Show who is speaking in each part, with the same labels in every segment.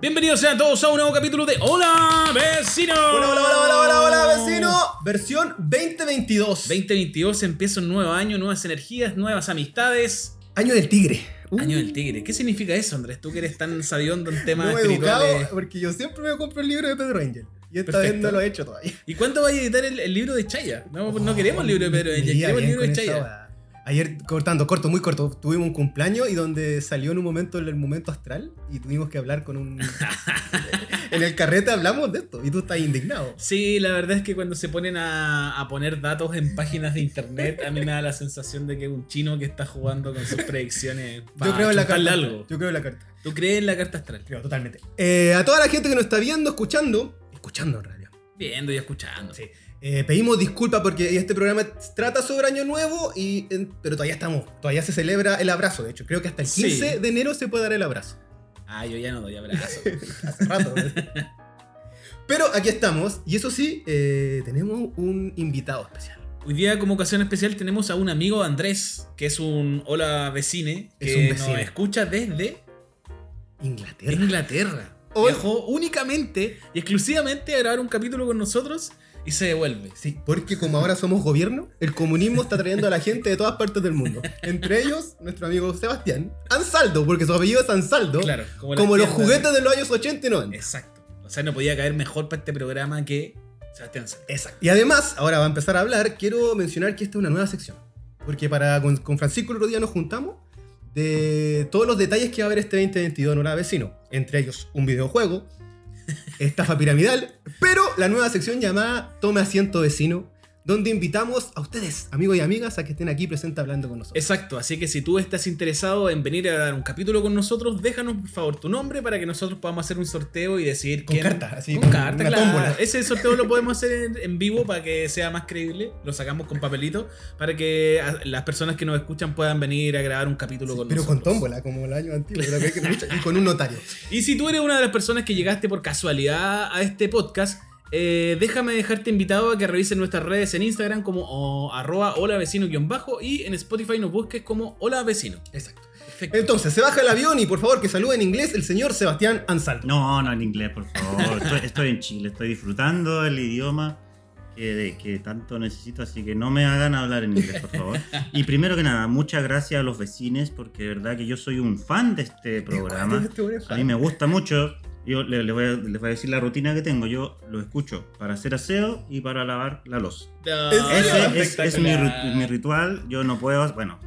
Speaker 1: Bienvenidos sean todos a un nuevo capítulo de Hola Vecino.
Speaker 2: Hola, hola, hola, hola, hola, hola, vecino. Versión 2022.
Speaker 1: 2022 empieza un nuevo año, nuevas energías, nuevas amistades.
Speaker 2: Año del tigre. Uh,
Speaker 1: Año del Tigre. ¿Qué significa eso, Andrés? Tú que eres tan sabiondo en temas
Speaker 2: No he
Speaker 1: espirituales.
Speaker 2: educado porque yo siempre me compro el libro de Pedro Angel. Y esta vez
Speaker 1: Perfecto.
Speaker 2: no lo he hecho todavía.
Speaker 1: ¿Y cuánto va a editar el, el libro de Chaya? No, pues no queremos el libro de Pedro
Speaker 2: Me
Speaker 1: Engel,
Speaker 2: iría
Speaker 1: queremos el
Speaker 2: Oh, bien
Speaker 1: libro de
Speaker 2: con esa
Speaker 1: Chaya.
Speaker 2: weá. Ayer cortando, corto, muy corto, tuvimos un cumpleaños y donde salió en un momento el momento astral y tuvimos que hablar con un... en el carrete hablamos de esto y tú estás indignado.
Speaker 1: Sí, la verdad es que cuando se ponen a, a poner datos en páginas de internet, a mí me da la sensación de que es un chino que está jugando con sus predicciones.
Speaker 2: yo creo en la carta.
Speaker 1: algo.
Speaker 2: Yo creo en la carta.
Speaker 1: ¿Tú crees en la carta astral?
Speaker 2: Creo totalmente. Eh, a toda la gente que nos está viendo, escuchando, escuchando en realidad.
Speaker 1: Viendo y escuchando.
Speaker 2: Sí. Eh, pedimos disculpas porque este programa trata sobre Año Nuevo, y, en- pero todavía estamos, todavía se celebra el abrazo, de hecho. Creo que hasta el
Speaker 1: Sí.
Speaker 2: 15 de enero se puede dar el abrazo.
Speaker 1: Ah, yo ya no doy abrazo.
Speaker 2: Hace rato. pero aquí estamos, y eso sí, eh, tenemos un invitado especial.
Speaker 1: Hoy día, como ocasión especial, tenemos a un amigo de Andrés, que es un hola vecine,
Speaker 2: Es
Speaker 1: que
Speaker 2: un
Speaker 1: nos
Speaker 2: vecine.
Speaker 1: escucha desde
Speaker 2: Inglaterra.
Speaker 1: Inglaterra.
Speaker 2: Hoy-
Speaker 1: Viajó únicamente y exclusivamente a grabar un capítulo con nosotros y se devuelve.
Speaker 2: Sí, porque como ahora somos gobierno, el comunismo está trayendo a la gente de todas partes del mundo. Entre ellos, nuestro amigo Sebastián Ansaldo, porque su apellido es Ansaldo.
Speaker 1: Claro, las
Speaker 2: Como los
Speaker 1: tiendas.
Speaker 2: juguetes de los años 80 y 90.
Speaker 1: Exacto. O sea, no podía caer mejor para este programa que Sebastián Sánchez.
Speaker 2: Exacto. Y además, ahora va a empezar a hablar, quiero mencionar que esta es una nueva sección. Porque para, con, con Francisco el otro día nos juntamos de todos los detalles que va a haber este 2022 en Hola Vecino. Entre ellos, un videojuego, estafa piramidal, pero la nueva sección llamada Tome Asiento Vecino, donde invitamos a ustedes, amigos y amigas, a que estén aquí presentes hablando con nosotros.
Speaker 1: Exacto, así que si tú estás interesado en venir a dar un capítulo con nosotros, déjanos por favor tu nombre para que nosotros podamos hacer un sorteo y decidir
Speaker 2: Con
Speaker 1: quién-
Speaker 2: carta, así,
Speaker 1: con,
Speaker 2: con
Speaker 1: carta,
Speaker 2: una
Speaker 1: claro.
Speaker 2: tómbola.
Speaker 1: Ese sorteo lo podemos hacer en, en vivo para que sea más creíble. Lo sacamos con papelito para que a- las personas que nos escuchan puedan venir a grabar un capítulo con
Speaker 2: pero con
Speaker 1: nosotros.
Speaker 2: tómbola, como el año antiguo, pero que hay que escuchar, y con un notario.
Speaker 1: Y si tú eres una de las personas que llegaste por casualidad a este podcast, eh, déjame dejarte invitado a que revises nuestras redes en Instagram como oh, arroba hola vecino-bajo y en Spotify nos busques como hola vecino.
Speaker 2: Exacto.
Speaker 1: Perfecto.
Speaker 2: Entonces, se baja el avión y por favor que salude en inglés el señor Sebastián Ansaldo.
Speaker 3: No, no en inglés, por favor. Estoy, estoy en Chile, estoy disfrutando del idioma que, que tanto necesito, así que no me hagan hablar en inglés, por favor. Y primero que nada, muchas gracias a los vecines, porque de verdad que yo soy un fan de este programa. A mí me gusta mucho. Yo le- le voy a- les voy, a decir la rutina que tengo. Yo lo escucho para hacer aseo y para lavar la loza.
Speaker 1: No,
Speaker 3: Ese es, es mi,
Speaker 1: espectacular.
Speaker 3: rit- mi ritual. Yo no puedo, bueno,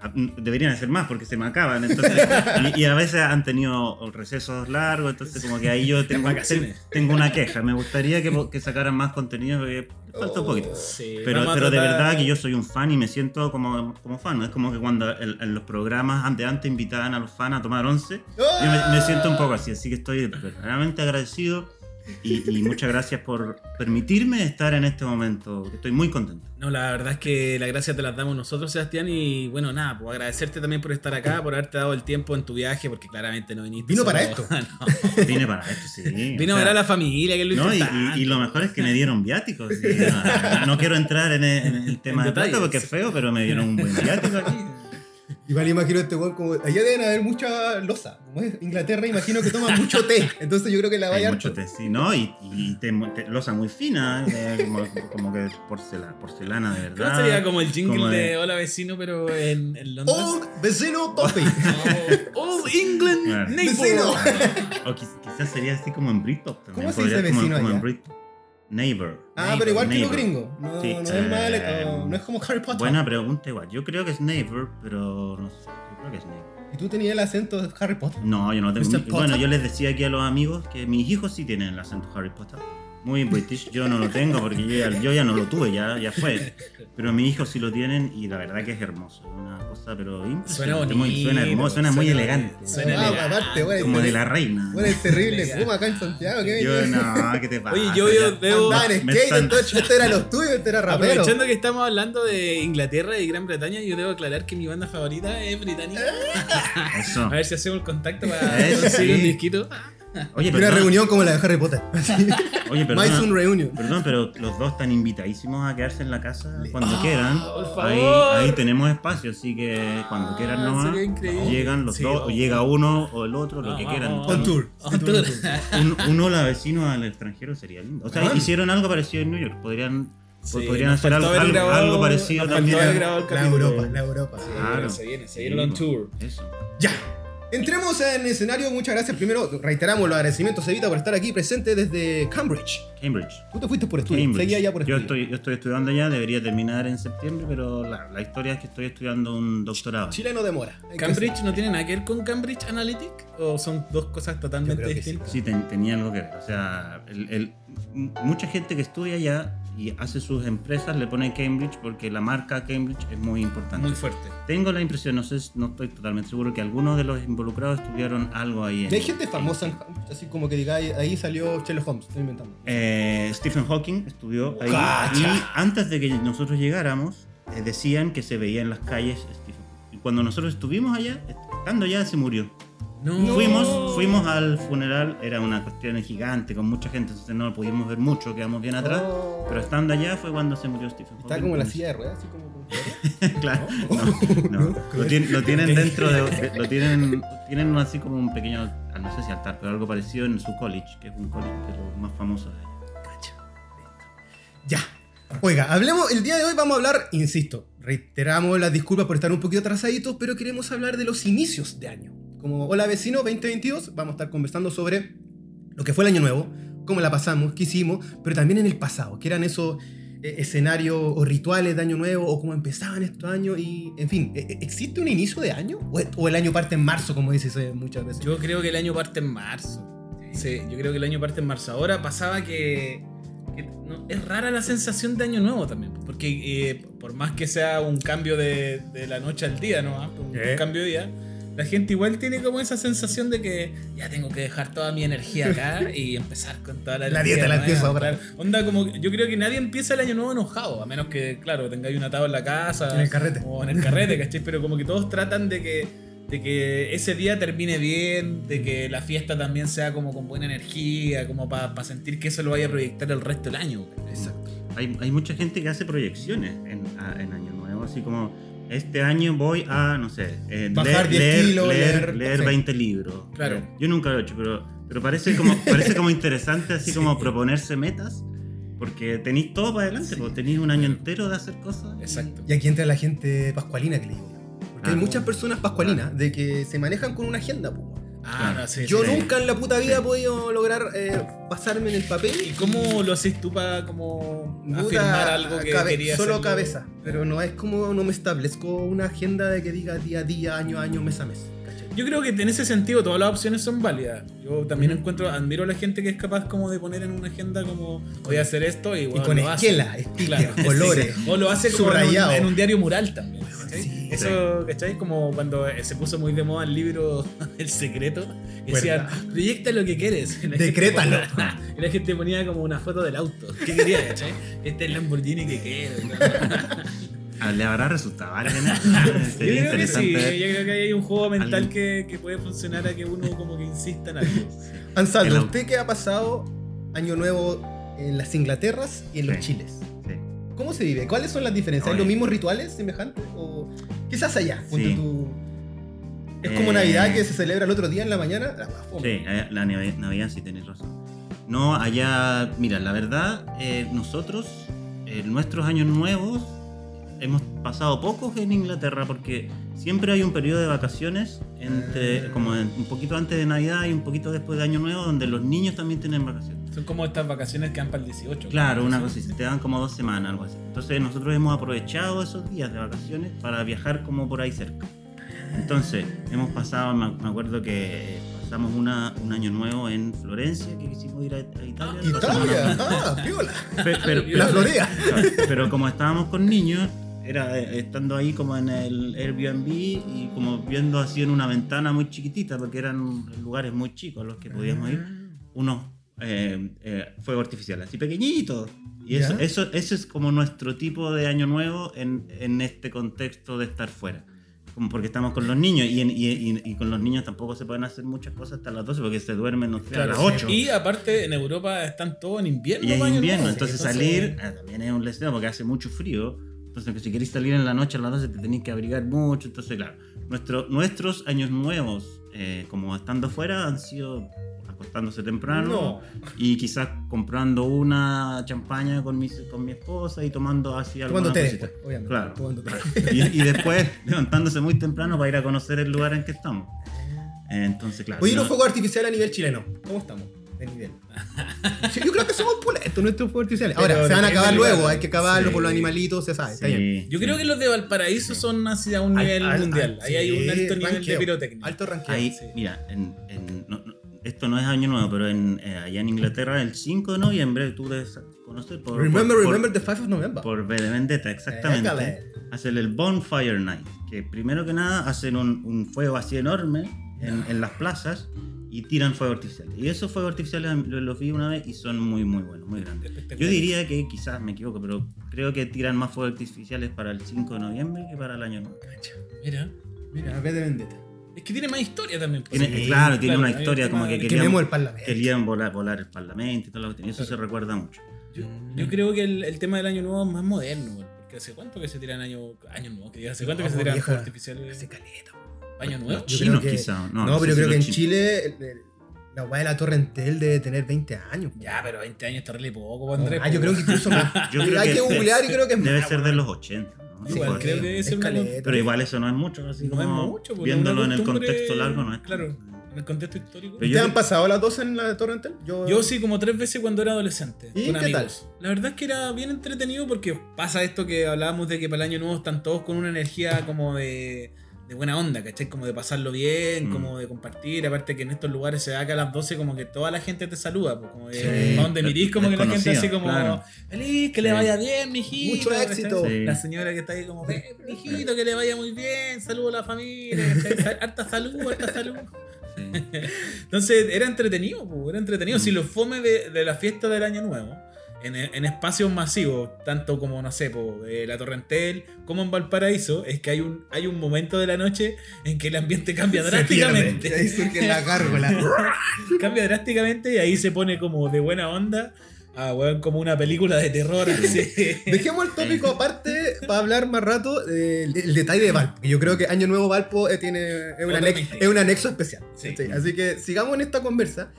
Speaker 3: a- deberían hacer más porque se me acaban. Entonces, y, y a veces han tenido recesos largos, entonces como que ahí yo tengo,
Speaker 1: vacaciones.
Speaker 3: ten- tengo una queja. Me gustaría que, po- que sacaran más contenido, porque falta un poquito.
Speaker 1: Oh, Sí,
Speaker 3: Pero,
Speaker 1: vamos a
Speaker 3: pero de
Speaker 1: tratar-
Speaker 3: verdad que yo soy un fan y me siento como, como fan. Es como que cuando el- en los programas antes, antes invitaban a los fans a tomar once, yo me, me siento un poco así. Así que estoy verdaderamente agradecido y, y muchas gracias por permitirme estar en este momento. que Estoy muy contento.
Speaker 1: No, la verdad es que las gracias te las damos nosotros, Sebastián. Y bueno, nada, pues agradecerte también por estar acá, por haberte dado el tiempo en tu viaje, porque claramente no viniste.
Speaker 2: Vino
Speaker 1: solo.
Speaker 2: para esto.
Speaker 1: No,
Speaker 3: Vine para esto, sí.
Speaker 1: vino
Speaker 3: O
Speaker 1: a ver
Speaker 3: sea,
Speaker 1: a la familia, que es lo
Speaker 3: no, y,
Speaker 1: importante.
Speaker 3: y- y lo mejor es que me dieron viáticos. sí. No, no quiero entrar en el, en el tema
Speaker 1: En
Speaker 3: de plata
Speaker 1: detalles.
Speaker 3: porque es feo, pero me dieron un buen viático aquí.
Speaker 2: Igual imagino este weón como. Allá deben haber mucha losa. Como es Inglaterra, imagino que toman mucho té. Entonces yo creo que la
Speaker 3: Hay
Speaker 2: vaya
Speaker 3: mucho té, sí, ¿no? Y, y té mu- té- losa muy fina, eh, como, como que porcelana, porcelana de
Speaker 1: ¿Cómo
Speaker 3: verdad.
Speaker 1: sería como el jingle
Speaker 3: Como
Speaker 1: de...
Speaker 3: de- Oh,
Speaker 1: Hola Vecino, pero en, en Londres?
Speaker 2: Old vecino toffee.
Speaker 1: All England
Speaker 3: Claro.
Speaker 1: Neighbor.
Speaker 3: O quiz- quizás sería así como en Britpop también.
Speaker 2: ¿Cómo se
Speaker 3: podría-
Speaker 2: dice
Speaker 3: como-
Speaker 2: vecino
Speaker 3: como en
Speaker 2: allá?
Speaker 3: Britpop. Neighbor.
Speaker 2: ah,
Speaker 3: neighbor,
Speaker 2: pero igual que los
Speaker 3: neighbor.
Speaker 2: gringos. No,
Speaker 3: Sí,
Speaker 2: no
Speaker 3: eh,
Speaker 2: es mal. no, no es como Harry Potter.
Speaker 3: Buena pregunta, igual. Yo creo que es neighbor, pero no sé. Yo creo que es neighbor.
Speaker 2: Y tú tenías el acento de Harry Potter.
Speaker 3: No, yo no tengo.
Speaker 2: Mr.
Speaker 3: mi- Bueno,
Speaker 2: Potter.
Speaker 3: yo les decía aquí a los amigos que mis hijos sí tienen el acento Harry Potter. Muy british, yo no lo tengo porque yo ya, yo ya no lo tuve, ya, ya fue. Pero mis hijos sí lo tienen y la verdad que es hermoso. Es Una cosa, pero
Speaker 1: Suena
Speaker 3: impresionante.
Speaker 1: bonito.
Speaker 3: muy- suena hermoso, suena, muy elegante.
Speaker 1: Suena
Speaker 2: Ah,
Speaker 1: elegante.
Speaker 2: aparte, bueno,
Speaker 3: Como
Speaker 2: este-
Speaker 3: de la reina.
Speaker 2: Bueno, el terrible
Speaker 1: Legal.
Speaker 2: puma acá en Santiago. ¿qué
Speaker 3: Yo,
Speaker 2: venía?
Speaker 3: no, ¿qué te pasa?
Speaker 1: Oye, yo- yo
Speaker 3: Ya.
Speaker 1: veo-
Speaker 2: Andaba en
Speaker 3: me
Speaker 2: skate,
Speaker 3: están-
Speaker 2: entonces este era los tuyos, este era rapero.
Speaker 1: Aprovechando que estamos hablando de Inglaterra y Gran Bretaña, yo debo aclarar que mi banda favorita es británica.
Speaker 3: Eso.
Speaker 1: A ver si hacemos el contacto para
Speaker 3: Eso
Speaker 1: conseguir un
Speaker 3: Eh. sí.
Speaker 1: disquito.
Speaker 3: Oye,
Speaker 2: Una
Speaker 3: perdón.
Speaker 2: reunión como la de Harry Potter.
Speaker 3: Oye,
Speaker 2: Myson
Speaker 3: perdón.
Speaker 2: Reunion.
Speaker 3: Perdón, pero los dos están invitadísimos a quedarse en la casa cuando
Speaker 1: Ah,
Speaker 3: quieran.
Speaker 1: por
Speaker 3: Ahí,
Speaker 1: favor.
Speaker 3: ahí tenemos espacio, así que cuando quieran
Speaker 1: Ah,
Speaker 3: nomás.
Speaker 1: sería increíble. Ah,
Speaker 3: Llegan los
Speaker 1: Sí,
Speaker 3: dos, o
Speaker 1: vamos.
Speaker 3: llega uno o el otro, lo que
Speaker 1: Vamos,
Speaker 3: quieran.
Speaker 1: vamos.
Speaker 2: On tour.
Speaker 1: On tour.
Speaker 3: Un, un hola vecino al extranjero sería lindo. O sea,
Speaker 2: Bueno.
Speaker 3: hicieron algo parecido en New York. Podrían,
Speaker 1: Sí,
Speaker 3: podrían
Speaker 1: nos
Speaker 3: hacer algo,
Speaker 1: faltó haber
Speaker 3: algo,
Speaker 1: grabado-
Speaker 3: algo parecido
Speaker 1: nos
Speaker 3: también.
Speaker 1: faltó haber grabado el
Speaker 2: la
Speaker 1: capítulo.
Speaker 2: Europa, la Europa.
Speaker 3: Claro.
Speaker 1: Se viene, se viene el on
Speaker 3: Sí,
Speaker 1: tour.
Speaker 3: Eso.
Speaker 2: Ya. Entremos en escenario. Muchas gracias. Primero, reiteramos los agradecimientos, Evita, por estar aquí presente desde Cambridge.
Speaker 3: Cambridge.
Speaker 2: Tú te fuiste por estudio.
Speaker 3: Cambridge.
Speaker 2: Seguí allá por
Speaker 3: yo,
Speaker 2: estudio.
Speaker 3: estoy, yo estoy estudiando allá, debería terminar en septiembre, pero la, la historia es que estoy estudiando un doctorado.
Speaker 2: Chile no demora. Hay que
Speaker 1: ¿Cambridge no tiene nada que ver con Cambridge Analytic? ¿O son dos cosas totalmente
Speaker 2: creo que sí.
Speaker 1: distintas?
Speaker 3: Sí, ten- tenía algo que ver. O sea, el- el- m- mucha gente que estudia allá y hace sus empresas le pone Cambridge porque la marca Cambridge es muy importante.
Speaker 1: Muy fuerte.
Speaker 3: Tengo la impresión, no sé, si- no estoy totalmente seguro, que algunos de los involucrados estudiaron algo ahí.
Speaker 2: hacer-
Speaker 3: en-
Speaker 2: Y hay gente famosa en Cambridge, así como que diga, ahí, ahí salió Sherlock Holmes, estoy inventando.
Speaker 3: Eh, Stephen Hawking estudió ahí.
Speaker 2: Cacha.
Speaker 3: Y antes de que nosotros llegáramos, eh, decían que se veía en las calles Stephen Hawking. Y cuando nosotros estuvimos allá, estando allá, se murió.
Speaker 1: No.
Speaker 3: Fuimos, fuimos al funeral, era una cuestión gigante, con mucha gente, entonces no lo pudimos ver mucho, quedamos bien atrás.
Speaker 2: Oh.
Speaker 3: Pero estando allá fue cuando se murió Stephen Hawking.
Speaker 2: Está como la silla Oh. de ruedas, así como. con-
Speaker 3: claro. No, no. Lo, tien- lo tienen dentro de. de- Lo tienen, tienen así como un pequeño. ah, No sé si altar, pero algo parecido en su college, que es un college de los más famosos de allá.
Speaker 2: Ya. Oiga, hablemos, el día de hoy vamos a hablar, insisto, reiteramos las disculpas por estar un poquito atrasaditos, pero queremos hablar de los inicios de año. Como Hola Vecino 2022, vamos a estar conversando sobre lo que fue el año nuevo, cómo la pasamos, qué hicimos, pero también en el pasado, que eran esos eh, escenarios o rituales de año nuevo, o cómo empezaban estos años, y en fin, ¿e- e- ¿existe un inicio de año? ¿O, e- o el año parte en marzo, como dices eh, muchas veces?
Speaker 1: Yo creo que el año parte en marzo. Sí, yo creo que el año parte en marzo. Ahora pasaba que. que no- es rara la sensación de año nuevo también. Porque eh, por más que sea un cambio de, de la noche al día, ¿no? Ah, Un, un
Speaker 2: ¿Eh?
Speaker 1: cambio de día. La gente igual tiene como esa sensación de que ya tengo que dejar toda mi energía acá y empezar con toda la
Speaker 2: La
Speaker 1: energía
Speaker 2: dieta la
Speaker 1: nueva,
Speaker 2: empiezo ahora.
Speaker 1: claro. Onda como que- yo creo que nadie empieza el año nuevo enojado, a menos que claro, tengáis un atado en la casa
Speaker 2: En el carrete.
Speaker 1: o en el carrete, ¿cachai? Pero como que todos tratan de que, de que ese día termine bien, de que la fiesta también sea como con buena energía, como para sentir que eso lo vaya a proyectar el resto del año.
Speaker 2: Exacto.
Speaker 3: Hay, hay mucha gente que hace proyecciones en, a- en Año Nuevo, así como. Este año voy a, no sé, eh,
Speaker 2: Bajar 10 kilos, leer-
Speaker 3: leer,
Speaker 2: sí.
Speaker 3: 20 libros.
Speaker 1: Claro.
Speaker 3: Eh, Yo nunca lo he hecho, pero, pero parece, como, parece como interesante así
Speaker 1: Sí.
Speaker 3: como proponerse metas, porque tenéis todo para adelante, pues, tenéis un año entero de hacer cosas.
Speaker 1: Exacto.
Speaker 2: Y aquí entra la gente pascualina que le digo. Porque
Speaker 3: Ah,
Speaker 2: hay
Speaker 3: no.
Speaker 2: muchas personas pascualinas de que se manejan con una agenda, pues.
Speaker 1: Ah, no, Ah. sí,
Speaker 2: Yo
Speaker 1: sí.
Speaker 2: nunca en la puta vida
Speaker 3: Sí.
Speaker 2: he podido lograr eh, pasarme en el
Speaker 1: ¿Y
Speaker 2: papel.
Speaker 1: cómo lo haces tú para como
Speaker 2: Puta,
Speaker 1: afirmar algo que
Speaker 2: cabe-
Speaker 1: querías
Speaker 2: Solo
Speaker 1: hacerlo?
Speaker 2: cabeza. Pero no es como no me establezco una agenda de que diga día a día, año a año, mes a mes. ¿cachai?
Speaker 1: Yo creo que en ese sentido todas las opciones son válidas. Yo también encuentro, admiro a la gente que es capaz como de poner en una agenda como voy a hacer esto y,
Speaker 2: Y
Speaker 1: bueno,
Speaker 2: con
Speaker 1: lo hace.
Speaker 2: esquela, stickers,
Speaker 1: Claro,
Speaker 2: colores.
Speaker 1: sí. O lo hace como en
Speaker 2: Subrayado.
Speaker 1: un, en un diario mural también. ¿cachai?
Speaker 2: Sí.
Speaker 1: Eso, ¿cachai? Como cuando eh, se puso muy de moda el libro El Secreto. que Decían, proyecta lo que quieres. Y la gente
Speaker 2: Decrétalo.
Speaker 1: ponía- y la gente ponía como una foto del auto. ¿Qué quería, cachai? Este es el Lamborghini que quiero.
Speaker 3: Ah, Le habrá resultado, ¿vale?
Speaker 1: Yo
Speaker 3: Sería
Speaker 1: creo que sí.
Speaker 3: interesante
Speaker 1: Yo
Speaker 3: ver.
Speaker 1: creo que hay un juego mental
Speaker 3: Alguien-
Speaker 1: que, que puede funcionar a que uno como que insista en algo.
Speaker 2: Ansaldo,
Speaker 3: El au-
Speaker 2: ¿usted qué ha pasado año nuevo en las Inglaterras y en los
Speaker 3: Sí.
Speaker 2: Chiles?
Speaker 3: Sí.
Speaker 2: ¿Cómo se vive? ¿Cuáles son las diferencias? ¿Hay
Speaker 3: Oye.
Speaker 2: los mismos rituales semejantes? ¿O quizás allá? ponte
Speaker 3: Sí.
Speaker 2: tú? Es como
Speaker 3: Eh.
Speaker 2: Navidad que se celebra el otro día en la mañana. La más fome.
Speaker 3: Sí, eh, la Navidad, Navidad sí tenés razón. No, allá, mira, la verdad, eh, nosotros, eh, nuestros años nuevos, hemos pasado pocos en Inglaterra porque siempre hay un periodo de vacaciones, entre, como en- un poquito antes de Navidad y un poquito después de Año Nuevo, donde los niños también tienen vacaciones.
Speaker 1: Son como estas vacaciones que van para el 18.
Speaker 3: Claro, una
Speaker 1: Sí.
Speaker 3: cosa, así, te dan como dos semanas, algo así. Entonces nosotros hemos aprovechado esos días de vacaciones para viajar como por ahí cerca. Entonces, hemos pasado, me me acuerdo que eh, pasamos una- un año nuevo en Florencia, que quisimos ir a, a Italia. Pasamos
Speaker 2: Italia,
Speaker 3: una-
Speaker 2: ah, piola.
Speaker 3: Pe- pero-
Speaker 2: La
Speaker 3: pero-
Speaker 2: Florea.
Speaker 3: Claro, pero como estábamos con niños, era eh, estando ahí como en el Airbnb y como viendo así en una ventana muy chiquitita, porque eran lugares muy chicos a los que podíamos ir, unos eh, eh, fuegos artificiales, así pequeñitos. Y eso,
Speaker 2: Ya.
Speaker 3: eso, eso es como nuestro tipo de año nuevo en, en este contexto de estar fuera. como porque estamos con los niños y, en- y- y- y con los niños tampoco se pueden hacer muchas cosas hasta las 12 porque se duermen no sé,
Speaker 2: Claro,
Speaker 3: a las
Speaker 2: sí.
Speaker 3: 8.
Speaker 1: Y aparte, en Europa están todos en invierno.
Speaker 3: Y hay
Speaker 1: baño,
Speaker 3: invierno,
Speaker 1: ¿no?
Speaker 3: entonces salir ah, también es un leseo porque hace mucho frío. Entonces, que si queréis salir en la noche a las 12 te tenéis que abrigar mucho. Entonces, claro, nuestro, nuestros años nuevos, eh, como estando fuera, han sido acostándose temprano
Speaker 2: No.
Speaker 3: y quizás comprando una champaña con mi, con mi esposa y tomando así algo.
Speaker 2: Tomando té después, obviamente.
Speaker 3: Claro.
Speaker 2: Tomando té.
Speaker 3: Y, y después levantándose muy temprano para ir a conocer el lugar en que estamos. Eh, Entonces, claro.
Speaker 2: Oye, ¿y
Speaker 3: no-
Speaker 2: los fuegos artificiales a nivel chileno. ¿Cómo estamos? De nivel. Sí, yo creo que somos pulentos nuestros fuegos artificiales. Ahora,
Speaker 1: Pero
Speaker 2: se van a
Speaker 1: depende
Speaker 2: acabar
Speaker 1: del lugar,
Speaker 2: luego,
Speaker 1: ¿no?
Speaker 2: hay que acabarlo
Speaker 3: Sí.
Speaker 2: por los animalitos, se sabe, está
Speaker 3: Sí.
Speaker 2: bien.
Speaker 1: Yo creo que los de Valparaíso son así a un nivel
Speaker 2: Al- al-
Speaker 1: mundial.
Speaker 2: al-
Speaker 1: Ahí hay un
Speaker 2: sí,
Speaker 1: alto nivel de
Speaker 2: ranqueo,
Speaker 1: pirotecnia.
Speaker 2: Alto ranqueo.
Speaker 3: Ahí,
Speaker 2: sí.
Speaker 3: mira, en- en- no- no, esto no es año nuevo, pero en, eh, allá en Inglaterra, el 5 de noviembre, tú debes conocer por.
Speaker 2: Remember,
Speaker 3: por,
Speaker 2: remember the 5 of November.
Speaker 3: Por V de Vendetta, exactamente.
Speaker 2: Écale.
Speaker 3: Hacen el Bonfire Night, que primero que nada hacen un, un fuego así enorme en, en las plazas y tiran fuego artificial. Y esos fuegos artificiales lo- los vi una vez y son muy, muy buenos, muy grandes.
Speaker 1: Espectacular.
Speaker 3: Yo diría que quizás me equivoco, pero creo que tiran más fuegos artificiales para el 5 de noviembre que para el año nuevo.
Speaker 1: Mira.
Speaker 2: Mira, ve de vendetta.
Speaker 1: Es que tiene más historia también. pues.
Speaker 3: Tiene- claro, tiene una
Speaker 1: hay un
Speaker 3: historia
Speaker 1: tema
Speaker 3: como que
Speaker 1: de-
Speaker 3: quería-
Speaker 2: Quememos el parlamento.
Speaker 3: Querían volar, volar el parlamento y toda la cuestión, y eso se recuerda mucho.
Speaker 1: Yo,
Speaker 2: Mm.
Speaker 1: yo creo que el, el tema del año nuevo es más moderno, güey, porque hace cuánto que se tiran año, año nuevo, que diga, hace cuánto que
Speaker 2: No,
Speaker 1: se tiran
Speaker 2: vieja.
Speaker 1: fuegos artificiales
Speaker 2: Hace caleta.
Speaker 1: año nuevo.
Speaker 3: Los
Speaker 2: Yo
Speaker 3: chinos
Speaker 2: creo que-
Speaker 3: quizás.
Speaker 2: No,
Speaker 3: No, no
Speaker 2: pero yo
Speaker 3: sé
Speaker 2: creo
Speaker 3: si
Speaker 2: que en
Speaker 3: los chinos.
Speaker 2: Chile el- el- la weá de la Torre Entel debe tener 20 años.
Speaker 1: Ya, pero 20 años está re poco, Andrés.
Speaker 2: ah, yo creo que incluso más.
Speaker 3: Yo creo
Speaker 2: Hay
Speaker 3: que
Speaker 2: que
Speaker 3: debe-
Speaker 2: googlear y creo que es
Speaker 3: Debe
Speaker 2: más,
Speaker 3: ser de
Speaker 2: weón.
Speaker 3: los 80, ¿no?
Speaker 2: Sí,
Speaker 1: Igual,
Speaker 3: Puede
Speaker 1: creo
Speaker 3: ser.
Speaker 1: que es
Speaker 2: es
Speaker 1: una-
Speaker 2: caleta.
Speaker 3: Pero igual eso no es mucho, así
Speaker 1: No es
Speaker 3: como
Speaker 1: mucho, porque
Speaker 3: viéndolo
Speaker 1: una
Speaker 3: en el
Speaker 1: costumbre-
Speaker 3: contexto largo, ¿no? es
Speaker 1: Claro.
Speaker 3: tanto.
Speaker 1: en el contexto histórico.
Speaker 3: Pero
Speaker 2: ¿Te
Speaker 3: yo-
Speaker 2: han pasado las 12 en la Torre Entel?
Speaker 1: Yo sí, como tres veces cuando era adolescente.
Speaker 2: ¿Y
Speaker 1: con
Speaker 2: qué tal?
Speaker 1: amigos. La verdad es que era bien entretenido porque pasa esto que hablábamos de que para el año nuevo están todos con una energía como de, de buena onda, ¿cachai? Como de pasarlo bien,
Speaker 3: Mm.
Speaker 1: como de compartir. Aparte que en estos lugares se da que a las 12 como que toda la gente te saluda. pues, como de,
Speaker 2: Sí.
Speaker 1: pa' donde mirís, como que la gente
Speaker 3: Desconocida,
Speaker 1: así como...
Speaker 3: claro.
Speaker 1: Feliz, que le
Speaker 3: Sí.
Speaker 1: vaya bien, mijito.
Speaker 2: Mucho
Speaker 1: ¿cachai?
Speaker 2: éxito.
Speaker 3: Sí.
Speaker 1: La señora que está ahí como, "Ven, mijito, que le vaya muy bien. Saludo a la familia. ¿cachai? Sal- Harta salud, harta salud.
Speaker 3: Sí.
Speaker 1: Entonces era entretenido, po, era entretenido.
Speaker 3: Mm.
Speaker 1: Si los fome de, de la fiesta del Año Nuevo, en, en espacios masivos, tanto como, no sé, po, eh, la Torrentel, como en Valparaíso, es que hay un, hay un momento de la noche en que el ambiente cambia
Speaker 2: Y
Speaker 1: drásticamente.
Speaker 2: ahí surge la gárgola.
Speaker 1: cambia drásticamente y ahí se pone como de buena onda. Ah, weón, como una película de terror. así.
Speaker 2: Dejemos el tópico aparte para hablar más rato del del detalle de Valpo. que Yo creo que Año Nuevo Valpo eh, tiene, es, un
Speaker 1: Otro
Speaker 2: anex-
Speaker 1: misterio.
Speaker 2: es un anexo especial.
Speaker 1: Sí.
Speaker 2: ¿cachai? Así que sigamos en esta conversa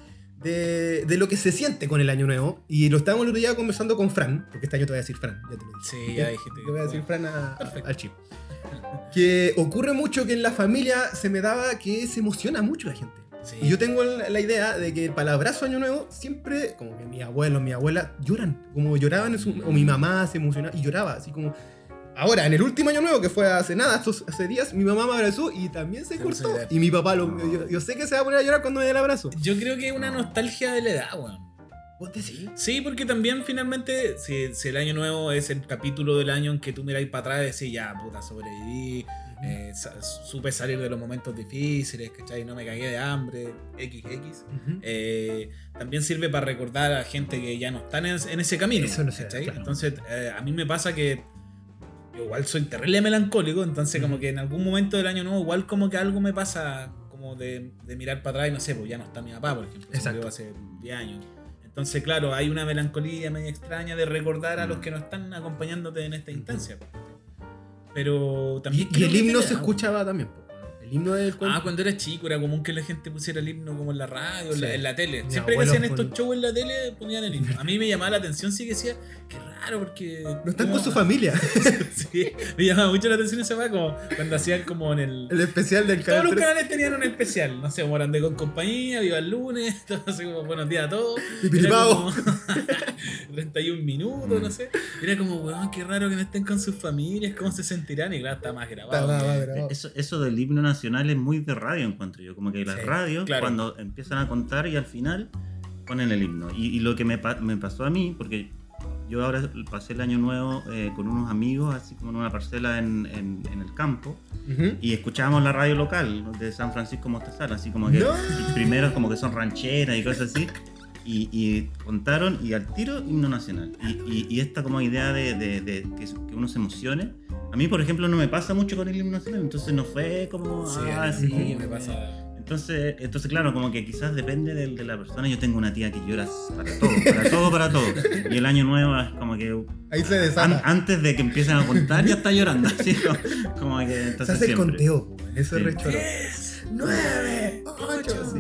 Speaker 2: de, de lo que se siente con el Año Nuevo. Y lo estábamos el otro día conversando con Fran, porque este año te voy a decir Fran, ya te lo dije.
Speaker 1: Sí, ya dijiste.
Speaker 2: Te voy a decir Fran a-
Speaker 1: Perfecto.
Speaker 2: al chip. Que ocurre mucho que en la familia se me daba que se emociona mucho la gente.
Speaker 1: Sí.
Speaker 2: Y yo tengo la la idea de que el palabrazo Año Nuevo siempre, como que mis abuelos, mi abuela lloran, como lloraban, en su- o mi mamá se emocionaba y lloraba, así como... Ahora, en el último Año Nuevo, que fue hace nada, estos, hace días, mi mamá me abrazó y también se
Speaker 1: Se
Speaker 2: cortó.
Speaker 1: puso a llorar.
Speaker 2: Y mi papá, lo- yo, yo sé que se va a poner a llorar cuando me dé el abrazo.
Speaker 1: Yo creo que es una nostalgia de la edad, weón.
Speaker 2: ¿Vos decís?
Speaker 1: Sí, porque también finalmente, si, si el año nuevo es el capítulo del año en que tú miráis para atrás y decís, ya, puta, sobreviví, eh, sa- supe salir de los momentos difíciles, ¿cachai? No me cagué de hambre, XX. Eh, también sirve para recordar a gente que ya no están en, en ese camino.
Speaker 2: Eso no sé,
Speaker 1: ¿cachai?
Speaker 2: claro.
Speaker 1: Entonces, eh, a mí me pasa que yo igual soy terrible melancólico, entonces como que en algún momento del año nuevo igual como que algo me pasa como de, de mirar para atrás y no sé, pues ya no está mi papá, por ejemplo, se
Speaker 2: Exacto.
Speaker 1: murió hace 10 años. Entonces, claro, hay una melancolía medio extraña de recordar a los
Speaker 3: Mm.
Speaker 1: que no están acompañándote en esta instancia. Pero
Speaker 2: Y,
Speaker 1: también...
Speaker 2: y
Speaker 1: creo
Speaker 2: el
Speaker 1: que
Speaker 2: himno
Speaker 1: tiene
Speaker 2: se
Speaker 1: algo.
Speaker 2: escuchaba también. po. El himno del
Speaker 1: Ah, cuando era chico era común que la gente pusiera el himno como en la radio, en, la,
Speaker 2: Sí.
Speaker 1: en la tele.
Speaker 2: Mi
Speaker 1: Siempre que
Speaker 2: abuelo
Speaker 1: hacían
Speaker 2: pon-
Speaker 1: estos shows en la tele ponían el himno. A mí me llamaba la atención, sí que decía, qué raro porque...
Speaker 2: no están
Speaker 1: como-
Speaker 2: con su familia.
Speaker 1: Sí, me llamaba mucho la atención esa weá como cuando hacían como en el...
Speaker 2: el especial del
Speaker 1: Todos los
Speaker 2: canal
Speaker 1: canales tenían un especial, no sé, Morandé con compañía, Viva el lunes, todo así como buenos días a todos.
Speaker 2: tres. Y
Speaker 1: Era
Speaker 2: Pilipao.
Speaker 1: como 31 minutos,
Speaker 2: Mm.
Speaker 1: no sé. Era como, weón, qué raro que no estén con sus familias, cómo se sentirán. Y claro, está más
Speaker 2: Está,
Speaker 1: grabado.
Speaker 2: va, va, grabado.
Speaker 1: eh,
Speaker 3: Eh, Eso, eso del himno nacional es muy de radio, encuentro yo. Como que las
Speaker 1: Sí,
Speaker 3: radios,
Speaker 1: claro.
Speaker 3: cuando empiezan a contar y al final ponen el himno. Y, y lo que me, pa- me pasó a mí, porque yo ahora pasé el año nuevo eh, con unos amigos, así como en una parcela en, en- en el campo,
Speaker 1: eh,
Speaker 2: Ujú.
Speaker 3: y escuchábamos la radio local de San Francisco Mostezal, así como que
Speaker 2: No.
Speaker 3: primero como que son rancheras y cosas así. y, y contaron y al tiro himno nacional. Y, y- y esta como idea de, de- de que, su- que uno se emocione. A mí, por ejemplo, no me pasa mucho con el himno nacional, entonces no fue como... ah, sí,
Speaker 1: me pasa.
Speaker 3: Entonces, entonces, claro, como que quizás depende del- de, la persona. Yo tengo una tía que llora para todo, para todo, para todo. Y el año nuevo es como que
Speaker 2: Ahí se
Speaker 3: an-
Speaker 2: desata.
Speaker 3: antes de que empiecen a contar ya está llorando. así como- Como que entonces
Speaker 2: se hace el
Speaker 3: siempre.
Speaker 2: conteo, weón. Eso
Speaker 3: Sí.
Speaker 2: es rechoro. 9, 8,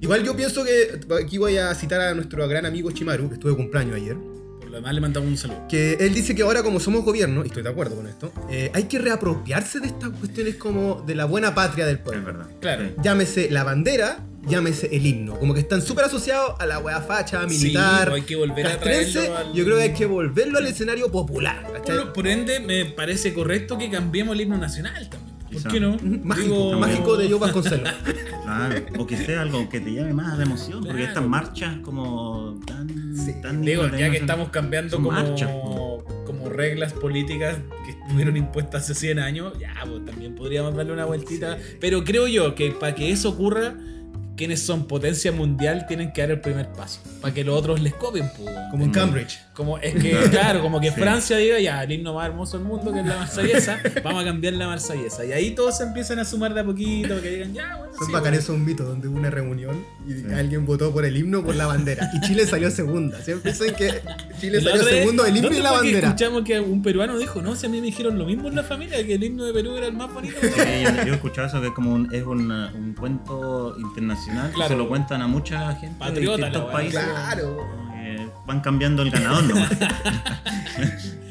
Speaker 2: Igual yo pienso que aquí voy a citar a nuestro gran amigo Chimaru, que estuvo de cumpleaños ayer.
Speaker 1: Por lo demás le mandamos un saludo.
Speaker 2: Que él dice que ahora como somos gobierno, y estoy de acuerdo con esto, eh, hay que reapropiarse de estas cuestiones como de la buena patria del
Speaker 3: Es
Speaker 2: pueblo.
Speaker 3: verdad.
Speaker 1: Claro.
Speaker 3: Sí.
Speaker 2: Llámese la bandera, llámese el himno. Como que están súper asociados a la wea facha, militar,
Speaker 1: Sí, hay que volver a
Speaker 2: castrense.
Speaker 1: traerlo al-
Speaker 2: Yo creo que hay que volverlo al escenario popular.
Speaker 1: Por,
Speaker 2: ¿cachai?
Speaker 1: lo- por ende, me parece correcto que cambiemos el himno nacional también. ¿Por
Speaker 3: Quizá.
Speaker 1: qué no?
Speaker 2: Mágico,
Speaker 1: Digo-
Speaker 2: mágico de Joe Vasconcelos.
Speaker 3: Claro, o que sea algo que te llame más la emoción, porque
Speaker 1: Claro.
Speaker 3: estas marchas como tan...
Speaker 2: Sí.
Speaker 3: tan
Speaker 1: Digo, ya
Speaker 3: tan-
Speaker 1: que estamos cambiando
Speaker 3: Son
Speaker 1: como,
Speaker 3: marchas,
Speaker 1: como reglas políticas que estuvieron impuestas hace 100 años, ya, pues, también podríamos darle una vueltita. Pero creo yo que para que eso ocurra, quienes son potencia mundial tienen que dar el primer paso. Para que los otros les copien, pues.
Speaker 2: Como en Cambridge.
Speaker 1: Como es que, claro, como que Francia diga ya, el himno más hermoso del mundo que es la marsellesa, vamos a cambiar la marsellesa. Y ahí todos se empiezan a sumar de a poquito, que digan ya, bueno,
Speaker 2: Son
Speaker 1: sí,
Speaker 2: bacanes esos mitos donde hubo una reunión y
Speaker 3: Sí.
Speaker 2: alguien votó por el himno o por la bandera. Y Chile salió segunda. Siempre dicen que Chile
Speaker 1: El
Speaker 2: salió segundo el himno y la bandera.
Speaker 1: Escuchamos que un peruano dijo, no, si a mí me dijeron lo mismo en la familia, que el himno de Perú era el más bonito.
Speaker 3: Sí, yo, yo he escuchado eso que es como un, es un, eh, un cuento internacional
Speaker 1: Claro.
Speaker 3: que se lo cuentan a mucha gente
Speaker 1: Patriota
Speaker 3: de distintos
Speaker 1: la weá.
Speaker 3: países.
Speaker 2: Claro.
Speaker 3: Eh, van cambiando el ganador nomás.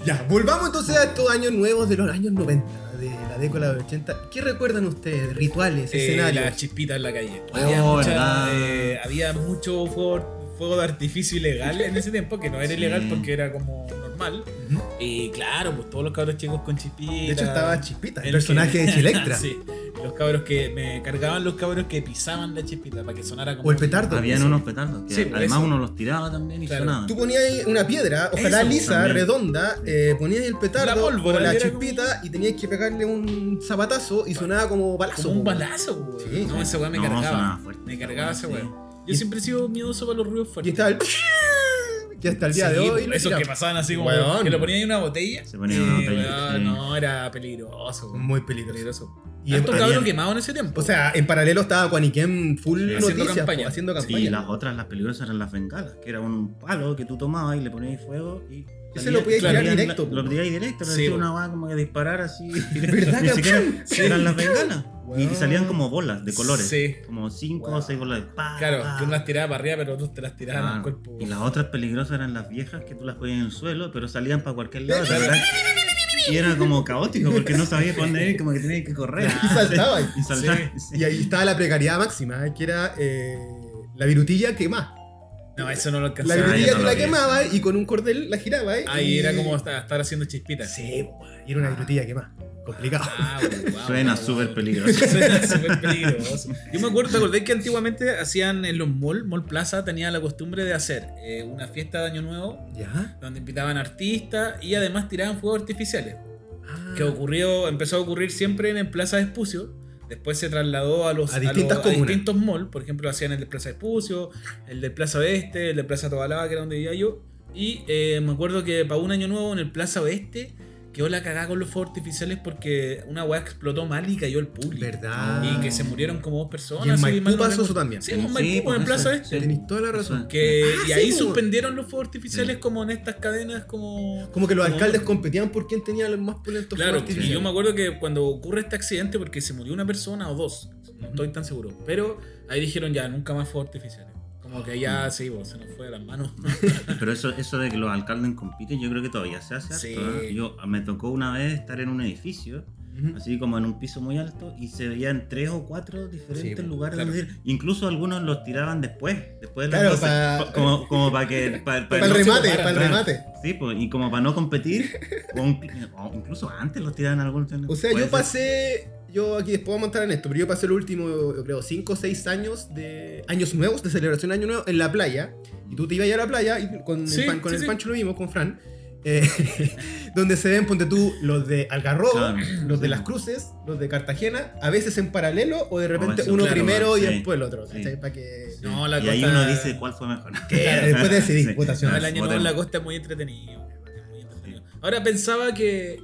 Speaker 2: Ya, volvamos entonces a estos años nuevos de los años 90, de la década de 80. ¿Qué recuerdan ustedes? Rituales,
Speaker 1: Eh,
Speaker 2: escenarios.
Speaker 1: las chispitas en la calle.
Speaker 3: Oh,
Speaker 1: había, mucha-
Speaker 3: verdad.
Speaker 1: eh, había mucho fuego, fuego de artificio ilegal en ese tiempo, que no era
Speaker 3: Sí.
Speaker 1: ilegal porque era como normal.
Speaker 2: Ujú.
Speaker 1: Y claro, pues todos los cabros chicos con chispitas.
Speaker 2: De hecho estaba Chispita, el,
Speaker 1: El
Speaker 2: personaje
Speaker 1: que-
Speaker 2: de Chilectra.
Speaker 1: sí. Los cabros que me cargaban los cabros que pisaban la chispita para que sonara como.
Speaker 2: O el petardo.
Speaker 3: Habían unos petardos que
Speaker 1: Sí, por
Speaker 3: además
Speaker 1: eso.
Speaker 3: uno los tiraba también y
Speaker 1: Claro.
Speaker 3: sonaban.
Speaker 2: Tú ponías ahí una piedra, ojalá
Speaker 1: Eso,
Speaker 2: lisa,
Speaker 3: también.
Speaker 2: redonda, eh, ponías el petardo
Speaker 1: La pólvora,
Speaker 2: o la
Speaker 1: era
Speaker 2: chispita y tenías que pegarle un zapatazo y sonaba como balazo.
Speaker 1: Como un
Speaker 2: po.
Speaker 1: balazo, güey.
Speaker 2: Sí.
Speaker 1: no, esa weá me
Speaker 3: No,
Speaker 1: cargaba.
Speaker 3: sonaba fuerte.
Speaker 1: Me cargaba esa
Speaker 3: Sí.
Speaker 1: weá. Yo
Speaker 2: Y-
Speaker 1: siempre he sido miedoso para los ruidos
Speaker 2: Y
Speaker 1: fuertes.
Speaker 2: estaba el... Que hasta el día de
Speaker 1: Sí,
Speaker 2: hoy... lo
Speaker 1: Esos que
Speaker 2: tiraba.
Speaker 1: pasaban así como
Speaker 2: Weón.
Speaker 1: que lo ponían en una botella.
Speaker 3: Se ponía en una botella,
Speaker 1: weón,
Speaker 3: sí.
Speaker 1: No, era peligroso. weón.
Speaker 2: Muy peligroso.
Speaker 1: Peligroso.
Speaker 2: Mm. Y
Speaker 1: Y Harto
Speaker 2: en-
Speaker 1: cabrón
Speaker 3: habían-
Speaker 1: quemado en ese tiempo.
Speaker 2: O sea, en paralelo estaba Juaniquén full
Speaker 3: Sí.
Speaker 1: Haciendo
Speaker 2: noticias, po,
Speaker 1: campaña.
Speaker 2: haciendo campaña.
Speaker 3: Y las otras, las peligrosas eran las bengalas, que era un palo que tú tomabas y le ponías fuego y.
Speaker 2: Ese
Speaker 3: salía-
Speaker 2: lo podías
Speaker 3: salía
Speaker 2: tirar
Speaker 3: la-
Speaker 2: directo, po.
Speaker 3: Lo tiráis directo,
Speaker 1: Sí,
Speaker 3: le hacía
Speaker 1: po.
Speaker 3: una va como que disparar así.
Speaker 2: ¿Verdad,
Speaker 3: Ni
Speaker 2: cabrón?
Speaker 3: siquiera
Speaker 2: Sí.
Speaker 3: eran las bengalas. Y-
Speaker 2: Wow.
Speaker 3: Y salían como bolas de colores.
Speaker 1: Sí.
Speaker 3: Como cinco
Speaker 2: Wow.
Speaker 3: o seis bolas de pa,
Speaker 1: Claro,
Speaker 3: pa,
Speaker 2: ah.
Speaker 1: que unas tiradas para arriba, pero otras te las tiraban
Speaker 3: Claro.
Speaker 1: al cuerpo.
Speaker 3: Ah, Y las otras peligrosas eran las viejas que tú las ponías en el suelo, pero salían para cualquier lado. ¿te acordás? Y era como caótico porque no sabías para dónde ir, como que tenías que correr.
Speaker 2: Y saltaba.
Speaker 3: Y saltar.
Speaker 2: Y ahí estaba la precariedad máxima, eh, que era eh, la virutilla quemada.
Speaker 1: No, eso no lo
Speaker 2: La
Speaker 1: alcanzaba.
Speaker 3: Ah,
Speaker 2: virutilla
Speaker 3: yo no
Speaker 2: tú
Speaker 3: lo
Speaker 2: la
Speaker 3: vi.
Speaker 2: quemabas y con un cordel la girabas. eh,
Speaker 1: Ahí
Speaker 2: y-
Speaker 1: era como Ah. hasta- estar haciendo chispitas.
Speaker 2: Sí, po, y era una virutilla quemada. Complicado.
Speaker 1: Ah, weón, wow,
Speaker 3: Suena
Speaker 1: wow,
Speaker 3: súper
Speaker 1: wow.
Speaker 3: peligroso.
Speaker 1: Suena súper peligroso. Yo me acuerdo, ¿te acordás que antiguamente hacían en los mall, mall plaza, tenía la costumbre de hacer eh, una fiesta de Año Nuevo
Speaker 2: ¿Ya?
Speaker 1: donde invitaban artistas y además tiraban fuegos artificiales,
Speaker 2: Ah,
Speaker 1: que ocurrió, empezó a ocurrir siempre en el Plaza Espucio. Después se trasladó a los
Speaker 2: A distintas
Speaker 1: los-
Speaker 2: comunas.
Speaker 1: distintos malls, por ejemplo, hacían el de Plaza Espucio, el de Plaza Oeste, el de Plaza Tobalaba, que era donde vivía yo. Y eh, me acuerdo que para un año nuevo en el Plaza Oeste quedó la cagada con los fuegos artificiales porque una weá explotó mal y cayó el público.
Speaker 2: ¿Verdad?
Speaker 1: Y que se murieron como dos personas.
Speaker 2: Y en
Speaker 1: si mal
Speaker 2: Maipú
Speaker 1: no
Speaker 2: pasó
Speaker 1: recuerdo.
Speaker 2: eso también.
Speaker 1: Sí, en
Speaker 3: Sí,
Speaker 1: Maipú,
Speaker 3: por
Speaker 1: en el
Speaker 3: eso,
Speaker 1: Plaza Este.
Speaker 2: Tenés toda la razón.
Speaker 1: Que,
Speaker 2: Ah,
Speaker 1: y
Speaker 2: sí, Mm.
Speaker 1: ahí
Speaker 2: po.
Speaker 1: suspendieron los fuegos artificiales
Speaker 3: Sí.
Speaker 1: como en estas cadenas como...
Speaker 2: Como que los
Speaker 1: como-
Speaker 2: alcaldes competían por quién tenía los más pulentos
Speaker 1: Claro,
Speaker 2: fuegos
Speaker 1: y
Speaker 2: artificiales.
Speaker 1: yo me acuerdo que cuando ocurre este accidente, porque se murió una persona o dos, no estoy tan seguro, pero ahí dijeron ya, nunca más fuegos artificiales. Como que ya sí, vos, se nos fue de las manos.
Speaker 3: Pero eso, eso de que los alcaldes compiten, yo creo que todavía se hace.
Speaker 1: Sí.
Speaker 3: harto, ¿eh? Yo me tocó una vez estar en un edificio,
Speaker 2: Ujú.
Speaker 3: así como en un piso muy alto, y se veían tres o cuatro diferentes
Speaker 2: Sí,
Speaker 3: lugares.
Speaker 1: claro.
Speaker 3: donde ir. Incluso algunos los tiraban después, después de las
Speaker 2: Claro,
Speaker 3: 12,
Speaker 2: pa-
Speaker 3: pa- como, como para que. pa-
Speaker 2: Para el
Speaker 3: no se
Speaker 2: remate,
Speaker 3: toparan,
Speaker 2: para el
Speaker 3: claro.
Speaker 2: remate.
Speaker 3: Sí, pues, y como para no competir, o un- o incluso antes los tiraban algunos.
Speaker 2: O sea, yo
Speaker 3: Puede ser.
Speaker 2: pasé. Yo aquí después vamos a entrar en esto, pero yo pasé los últimos, yo creo, 5 o 6 años de. Años nuevos, de celebración de año nuevo, en la playa. Y tú te ibas a ir a la playa, y con,
Speaker 1: Sí,
Speaker 2: el, pan- con
Speaker 1: sí,
Speaker 2: el
Speaker 1: sí.
Speaker 2: Pancho lo vimos, con Fran. eh, donde se ven, ponte tú, los de Algarrobo,
Speaker 3: Claro,
Speaker 2: los de
Speaker 3: sí.
Speaker 2: Las Cruces, los de Cartagena, a veces en paralelo o de repente
Speaker 3: eso,
Speaker 2: uno
Speaker 1: claro,
Speaker 2: primero y
Speaker 3: sí,
Speaker 2: después el otro.
Speaker 3: sí.
Speaker 2: ¿cachai? Pa' que...
Speaker 3: Sí.
Speaker 1: No, la
Speaker 3: y ahí
Speaker 1: cosa-
Speaker 3: uno dice cuál fue mejor.
Speaker 2: Claro, después decidí, puta, si no,
Speaker 1: el año nuevo en
Speaker 3: votemos.
Speaker 1: Ah, la costa es muy entretenido. es muy entretenido. Ahora pensaba que,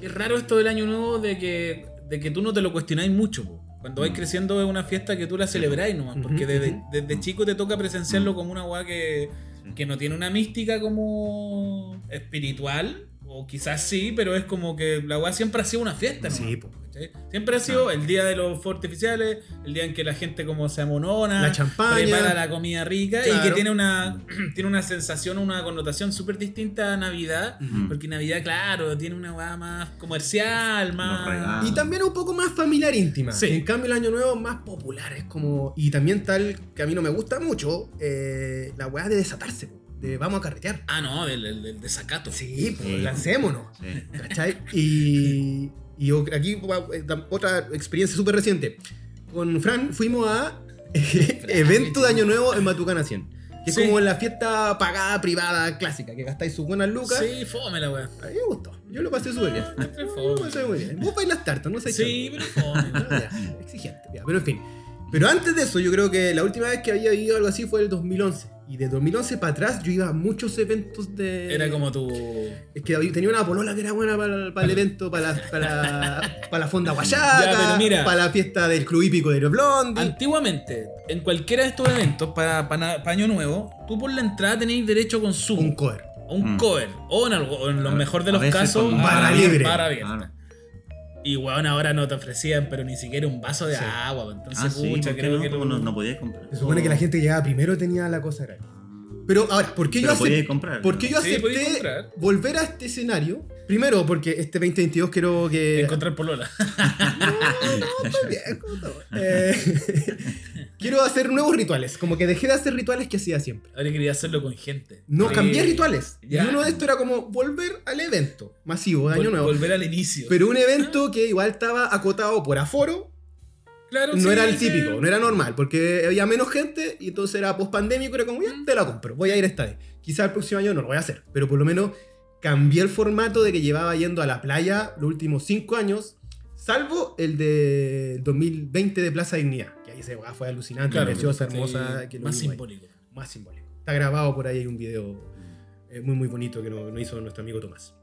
Speaker 1: que es raro esto del año nuevo de que, de que tú no te lo cuestionáis mucho. po. Cuando vais
Speaker 3: Mm.
Speaker 1: creciendo es una fiesta que tú la celebráis nomás,
Speaker 2: Ujú,
Speaker 1: porque desde,
Speaker 2: ujú.
Speaker 1: desde chico te toca presenciarlo como una weá que,
Speaker 3: Sí.
Speaker 1: que no tiene una mística como espiritual, o quizás sí, pero es como que la weá siempre ha sido una fiesta. nomás,
Speaker 2: Sí, po.
Speaker 1: ¿cachai? Siempre ha sido el día de los fuertes oficiales, el día en que la gente como se amonona,
Speaker 2: La champaña.
Speaker 1: prepara la comida rica y que
Speaker 2: Claro. Mm.
Speaker 1: tiene una, tiene una sensación, una connotación súper distinta a Navidad.
Speaker 3: Mm.
Speaker 1: Porque Navidad, claro, tiene una weá más comercial, más.
Speaker 3: regalos.
Speaker 2: Y también un poco más familiar íntima.
Speaker 1: Sí.
Speaker 2: En cambio, el año nuevo es más popular. Es como. Y también tal que a mí no me gusta mucho, eh, la weá de desatarse, po, de vamos a carretear.
Speaker 1: Ah, no, del, del- del desacato.
Speaker 2: Sí, pues
Speaker 3: Sí.
Speaker 2: lancémonos.
Speaker 3: Sí.
Speaker 2: ¿Cachai? Y, y o- aquí va, eh, da- otra experiencia súper reciente. Con Fran fuimos a evento de Año Nuevo en Matucana 100. Que
Speaker 1: Sí.
Speaker 2: es como la fiesta pagada, privada, clásica, que gastáis sus buenas lucas.
Speaker 1: Sí, fome la weá.
Speaker 2: A mí me gustó. Yo lo pasé súper bien.
Speaker 1: Entre
Speaker 2: Yo lo pasé
Speaker 1: fome.
Speaker 2: muy bien. Vos bailas tarta, no sé
Speaker 1: Sí, pero fome.
Speaker 2: Ah, ya, exigente, ya, pero en fin. Pero antes de eso, yo creo que la última vez que había ido algo así fue el 2011. Y de 2011 para atrás yo iba a muchos eventos de...
Speaker 1: Era como tu.
Speaker 2: Es que había- tenía una polola que era buena para, para el evento, para la, para, la- para la fonda
Speaker 1: Ya, pero
Speaker 2: guayaca,
Speaker 1: mira.
Speaker 2: para la fiesta del club hípico de Blondi.
Speaker 1: Antiguamente, en cualquiera de estos eventos, para, para, para Año Nuevo, tú por la entrada tenéis derecho a consumo.
Speaker 2: un cover.
Speaker 1: o un
Speaker 3: Mm.
Speaker 1: cover, o en, algo, o en lo
Speaker 3: A-
Speaker 1: mejor de
Speaker 3: a
Speaker 1: los
Speaker 3: veces
Speaker 1: casos, ah,
Speaker 3: con un
Speaker 2: barra
Speaker 1: barra
Speaker 2: libre.
Speaker 1: barra abierta.
Speaker 3: Claro.
Speaker 1: Y weón, ahora no te ofrecían, pero ni siquiera un vaso de
Speaker 2: Sí.
Speaker 1: agua. Entonces,
Speaker 3: Ah, sí,
Speaker 1: pucha,
Speaker 3: ¿por qué
Speaker 1: creo
Speaker 3: no?
Speaker 1: que
Speaker 3: Como
Speaker 1: lo-
Speaker 3: no, no podía comprar. Oh.
Speaker 2: Se supone que la gente que llegaba primero tenía la cosa gratis. Pero ahora, ¿por qué yo
Speaker 3: Pero
Speaker 2: acep-
Speaker 3: podía comprar.
Speaker 2: por qué yo
Speaker 1: Sí, podía
Speaker 2: acepté
Speaker 1: comprar.
Speaker 2: volver a este escenario? Primero, porque este 2022 quiero que
Speaker 1: encontrar polola.
Speaker 2: No, estoy bien, como todo. Eh, quiero hacer nuevos rituales. Como que dejé de hacer rituales que hacía siempre.
Speaker 1: Ahora quería hacerlo con gente.
Speaker 2: No,
Speaker 1: Sí.
Speaker 2: cambié rituales.
Speaker 1: Ya.
Speaker 2: Y uno de estos era como volver al evento masivo de
Speaker 1: Vol-
Speaker 2: Año Nuevo.
Speaker 1: Volver al inicio.
Speaker 2: Pero un evento que igual estaba acotado por aforo.
Speaker 1: Claro,
Speaker 2: No
Speaker 1: sí,
Speaker 2: era el
Speaker 1: sí.
Speaker 2: típico, no era normal. Porque había menos gente y entonces era post pandémico. Era como, ya te la compro. Voy a ir esta vez. Quizá el próximo año no lo voy a hacer. Pero por lo menos cambié el formato de que llevaba yendo a la playa los últimos cinco años. Salvo el de 2020 de Plaza Dignidad, que ahí se va, fue alucinante,
Speaker 1: Claro,
Speaker 2: preciosa,
Speaker 1: sí,
Speaker 2: hermosa. que lo
Speaker 1: más
Speaker 2: vimos ahí.
Speaker 1: simbólico.
Speaker 2: Más simbólico. Está grabado por ahí, hay un video eh, muy muy bonito que no, no hizo nuestro amigo Tomás.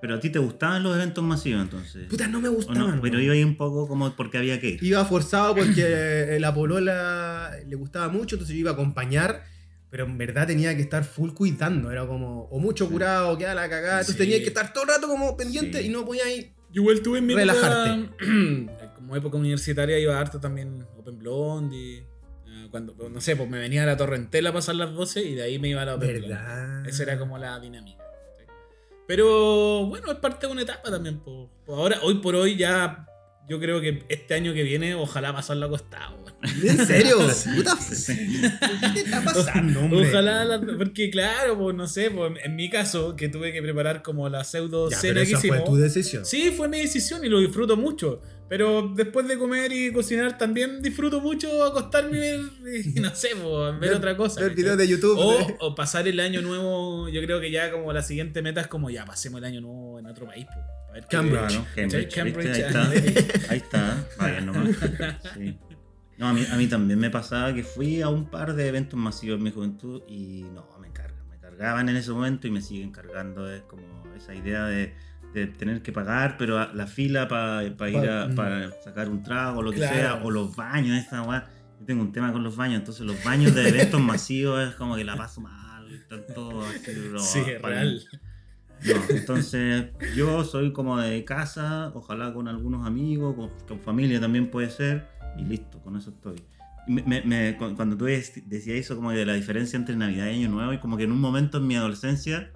Speaker 3: Pero a ti te gustaban los eventos masivos entonces.
Speaker 2: Puta, no me
Speaker 3: ¿O
Speaker 2: gustaba.
Speaker 3: no?
Speaker 2: no.
Speaker 3: Pero iba ahí un poco como porque había que ir.
Speaker 2: Iba forzado porque eh, la polola le gustaba mucho, entonces yo iba a acompañar, pero en verdad tenía que estar full cuidando, era como o mucho curado, o queda la cagada, entonces
Speaker 1: Sí.
Speaker 2: tenía que estar todo el rato como pendiente
Speaker 3: Sí.
Speaker 2: y no podía ir.
Speaker 1: Yo igual tuve en mi
Speaker 2: Relajarte.
Speaker 1: época- como época universitaria iba harto también Open Blondie. eh, Cuando, no sé, pues me venía a la torrentela a pasar las 12 y de ahí me iba a la Open Blondie.
Speaker 2: ¿Verdad?
Speaker 1: Esa era como la dinámica. ¿cachai? Pero bueno, es parte de una etapa también. po. Po, Ahora, hoy por hoy, ya yo creo que este año que viene, ojalá pasarlo acostado. weón.
Speaker 2: ¿En serio? Puta, ¿Qué te está pasando, hombre?
Speaker 1: Ojalá, la- porque claro, pues no sé, po, en- en mi caso, que tuve que preparar como la pseudo
Speaker 2: Ya, pero
Speaker 1: cena que
Speaker 2: esa fue
Speaker 1: hicimos.
Speaker 2: tu decisión.
Speaker 1: Sí, fue mi decisión y lo disfruto mucho. Pero después de comer y cocinar, también disfruto mucho acostarme y ver, y no sé, po, ver, otra cosa.
Speaker 2: Ver
Speaker 1: ¿cachai?
Speaker 2: videos de YouTube. ¿eh?
Speaker 1: O,
Speaker 2: de-
Speaker 1: o pasar el año nuevo, yo creo que ya como la siguiente meta es como ya pasemos el año nuevo en otro país. po, a ver qué-
Speaker 2: Cambridge.
Speaker 3: Claro, Cambridge,
Speaker 1: ¿Cachai?
Speaker 3: ¿viste? Ahí
Speaker 1: Cambridge.
Speaker 3: está. Ahí está. Vaya nomás. Sí. No, a mí, a mí también me pasaba que fui a un par de eventos masivos en mi juventud y no, me cargan. Me cargaban en ese momento y me siguen cargando. Es como esa idea de, de tener que pagar, pero a- la fila para ir a
Speaker 2: Pa-
Speaker 3: para sacar un trago o lo que
Speaker 1: Claro.
Speaker 3: sea, o los baños, esa weá. Yo tengo un tema con los baños, entonces los baños de eventos masivos es como que la paso mal, tanto así, bro,
Speaker 1: Sí, es
Speaker 3: para-
Speaker 1: real.
Speaker 3: no, entonces yo soy como de casa, ojalá con algunos amigos, con, con familia también puede ser, y listo, con eso estoy. Y me- me- me- cu- cuando tú des- decías eso como de la diferencia entre Navidad y Año Nuevo, y como que en un momento en mi adolescencia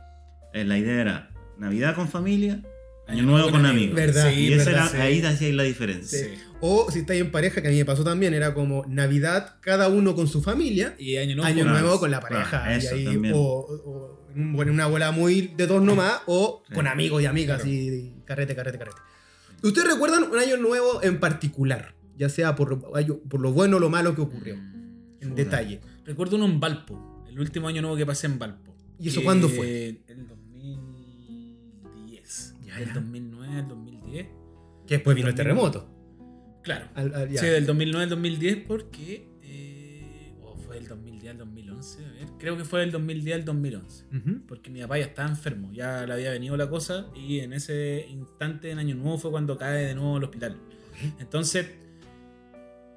Speaker 3: eh, la idea era Navidad con familia, Año Nuevo con amigos.
Speaker 2: Verdad.
Speaker 1: Sí,
Speaker 3: Y esa
Speaker 1: verdad,
Speaker 3: era,
Speaker 1: sí.
Speaker 3: ahí hacía la diferencia.
Speaker 1: Sí.
Speaker 2: O si estáis en pareja, que a mí me pasó también, era como Navidad cada uno con su familia,
Speaker 1: Y año nuevo.
Speaker 2: Año
Speaker 1: con-
Speaker 3: claro.
Speaker 2: Nuevo con la pareja.
Speaker 3: Ah,
Speaker 2: y
Speaker 3: eso
Speaker 2: ahí,
Speaker 3: también.
Speaker 2: o, o en un- bueno, en una bola muy de dos nomás, o
Speaker 3: Sí.
Speaker 2: con amigos y amigas,
Speaker 1: Claro.
Speaker 2: y carrete, carrete, carrete. ¿Ustedes recuerdan un Año Nuevo en particular? Ya sea por, lo- año- por lo bueno o lo malo que ocurrió, en
Speaker 3: Mm. Puta.
Speaker 2: detalle.
Speaker 1: Recuerdo uno en Valpo, el último año nuevo que pasé en Valpo.
Speaker 2: ¿Y eso
Speaker 1: Que-
Speaker 2: cuándo fue?
Speaker 1: El 2000 del 2009 al 2010.
Speaker 2: Que después vino el terremoto.
Speaker 1: Claro.
Speaker 2: Al- al- Ah, ya.
Speaker 1: Sí, del 2009 al 2010 porque... eh, o fue del 2010 al 2011, a ver. Creo que fue del 2010 al 2011.
Speaker 2: Ujú.
Speaker 1: Porque mi papá ya estaba enfermo, ya le había venido la cosa y en ese instante, en Año Nuevo, fue cuando cae de nuevo al hospital. Entonces,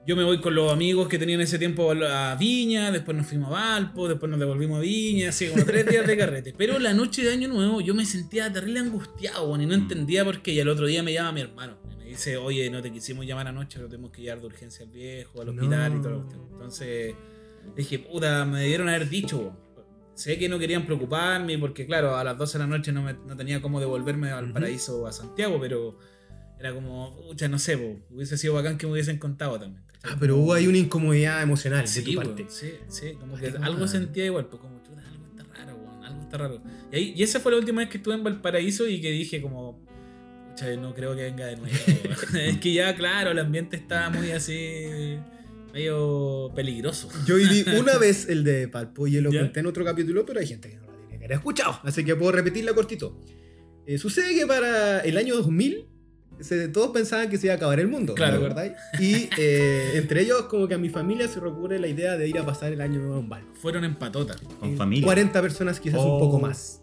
Speaker 1: yo me voy con los amigos que tenían ese tiempo a Viña, después nos fuimos a Valpo, después nos devolvimos a Viña, así como tres días de carrete. Pero la noche de Año Nuevo yo me sentía terrible angustiado, bueno, y no
Speaker 3: Mm.
Speaker 1: entendía por qué. Y al otro día me llama mi hermano. y Me dice, oye, no te quisimos llamar anoche, lo tenemos que llevar de urgencia al viejo, al hospital y todo lo que Entonces... Dije, puta, me debieron haber dicho, weón. Sé que no querían preocuparme porque, claro, a las 12 de la noche no, me- no tenía cómo devolverme al
Speaker 2: Ujú.
Speaker 1: paraíso o a Santiago, pero era como, pucha, no sé, po, hubiese sido bacán que me hubiesen contado también. ¿cachai?
Speaker 2: Ah, pero hubo ahí una incomodidad emocional
Speaker 1: Sí,
Speaker 2: de tu
Speaker 1: weón,
Speaker 2: parte.
Speaker 1: sí, sí, como
Speaker 2: Ah,
Speaker 1: que
Speaker 2: qué
Speaker 1: algo
Speaker 2: bacán.
Speaker 1: sentía igual, pues como, chuta, algo está raro, weón, algo está raro. Y, ahí, y esa fue la última vez que estuve en Valparaíso y que dije como, pucha, no creo que venga de nuevo. weón. es que ya, claro, el ambiente está muy así, medio peligroso.
Speaker 2: Yo viví una vez el de Palpo y lo
Speaker 1: Ya.
Speaker 2: conté en otro capítulo, pero hay gente que no lo tiene que haber escuchado. Así que puedo repetirla cortito. Eh, sucede que para el año 2000 se- todos pensaban que se iba a acabar el mundo,
Speaker 1: Claro.
Speaker 2: ¿me acordáis? Y eh, entre ellos como que a mi familia se ocurre la idea de ir a pasar el año nuevo en Valpo.
Speaker 1: Fueron en patota.
Speaker 3: Con
Speaker 2: Eh,
Speaker 3: familia.
Speaker 2: 40 personas quizás
Speaker 3: Oh.
Speaker 2: un poco más.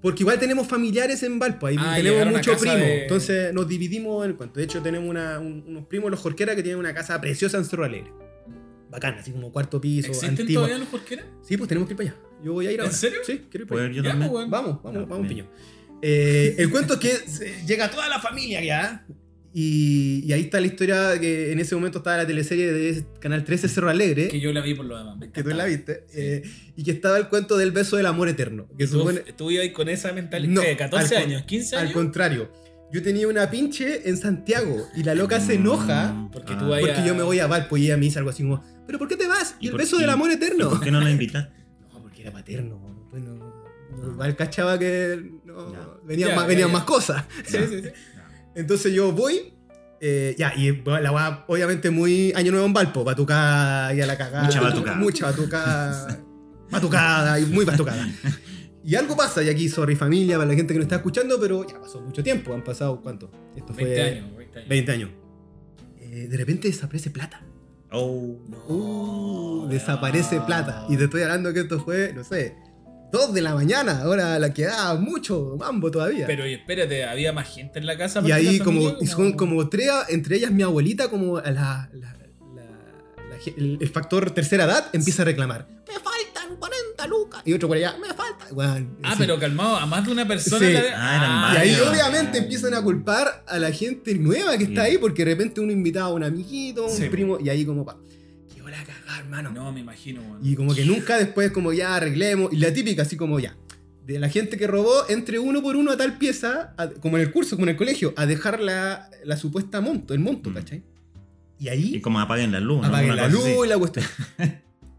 Speaker 2: Porque igual tenemos familiares en Valpo, ahí
Speaker 1: Ah,
Speaker 2: tenemos
Speaker 1: llegaron a
Speaker 2: muchos
Speaker 1: casa
Speaker 2: primos.
Speaker 1: de-
Speaker 2: Entonces nos dividimos en cuanto. De hecho tenemos una- un- unos primos, los Jorquera, que tienen una casa preciosa en Cerro Alegre. Bacana, así como cuarto piso,
Speaker 1: ¿Existen
Speaker 2: antigua.
Speaker 1: todavía los porqueras?
Speaker 2: Sí, pues tenemos que ir para allá. Yo voy a ir
Speaker 1: ¿En
Speaker 2: ahora.
Speaker 1: serio?
Speaker 2: Sí, quiero ir para
Speaker 3: ¿Puedo ir
Speaker 2: allá. pues,
Speaker 3: yo
Speaker 1: Ya,
Speaker 3: también?
Speaker 1: weón.
Speaker 2: Vamos, vamos,
Speaker 3: Ah,
Speaker 2: vamos,
Speaker 3: bien.
Speaker 2: piñón. Eh, el cuento es que se- llega toda la familia ya. Y, y ahí está la historia de que en ese momento estaba la teleserie de Canal 13 Cerro Alegre.
Speaker 1: Que yo la vi por lo demás. me
Speaker 2: que tú
Speaker 1: encantaba.
Speaker 2: la viste,
Speaker 1: Sí.
Speaker 2: eh, y que estaba el cuento del beso del amor eterno. Que
Speaker 1: Tú,
Speaker 2: supone,
Speaker 1: tú ibas con esa mentalidad.
Speaker 2: No,
Speaker 1: ¿qué? 14
Speaker 2: al con-
Speaker 1: años, 15
Speaker 2: al
Speaker 1: años.
Speaker 2: contrario, yo tenía una pinche en Santiago y la loca se enoja
Speaker 3: Mm,
Speaker 1: porque
Speaker 3: ah.
Speaker 1: tú ahí-
Speaker 2: porque yo me voy a Valpo y ella me dice algo así como, ¿pero por qué te vas? Y,
Speaker 3: ¿Y
Speaker 2: el
Speaker 3: por
Speaker 2: beso
Speaker 3: qué?
Speaker 2: del amor
Speaker 3: ¿Y
Speaker 2: eterno.
Speaker 3: ¿Por qué no la invitaste?
Speaker 2: No, porque era paterno. Bueno, no, igual cachaba que no,
Speaker 3: Ya.
Speaker 2: venían,
Speaker 1: Ah. Ya,
Speaker 2: más,
Speaker 1: ya,
Speaker 2: venían
Speaker 1: ya.
Speaker 2: más cosas.
Speaker 1: Sí, sí, sí.
Speaker 2: Entonces yo voy. eh, ya, y bueno, la weá, obviamente, muy Año Nuevo en Valpo, batucada y a la cagada.
Speaker 3: Mucha batucada.
Speaker 2: Mucha batucada. batucada, y muy batucada. Y algo pasa, y aquí, sorry familia, para la gente que nos está escuchando, pero ya pasó mucho tiempo, han pasado, ¿cuánto? Esto
Speaker 1: 20 años, 20 años.
Speaker 2: 20 años. Eh, de repente desaparece plata.
Speaker 3: Oh,
Speaker 2: Uh, desaparece plata. Y te estoy hablando que esto fue, no sé, 2 de la mañana, ahora la quedaba mucho mambo todavía.
Speaker 1: Pero y espérate, había más gente en la casa.
Speaker 2: Y
Speaker 1: aparte de
Speaker 2: ahí
Speaker 1: la
Speaker 2: como,
Speaker 1: familia,
Speaker 2: y son como tres, entre ellas mi abuelita, como la, la- la- la ge- el, el factor tercera edad empieza a reclamar. Me faltan 40 lucas. Y otro por allá, me falta. Weón,
Speaker 1: Ah,
Speaker 2: sí.
Speaker 1: pero calmado, a más de una persona.
Speaker 2: Sí.
Speaker 1: la ve-
Speaker 3: Ah, eran
Speaker 2: Y ahí
Speaker 3: varios.
Speaker 2: obviamente empiezan a culpar a la gente nueva que está
Speaker 3: Sí.
Speaker 2: ahí porque de repente uno invitaba a un amiguito, un
Speaker 1: Sí,
Speaker 2: primo, y ahí como pa. Qué hora cagada, hermano.
Speaker 1: No, me imagino, weón.
Speaker 2: Y como que nunca después como ya arreglemos. Y la típica, así como ya. De la gente que robó, entre uno por uno a tal pieza, a- como en el curso, como en el colegio, a dejar la, la supuesta monto, el monto,
Speaker 3: Mm.
Speaker 2: ¿cachai? Y
Speaker 3: Y
Speaker 2: ahí
Speaker 3: como apaguen la luz. ¿no?
Speaker 2: apaguen
Speaker 3: Una
Speaker 2: la luz
Speaker 3: cosa así.
Speaker 2: y la cuestión.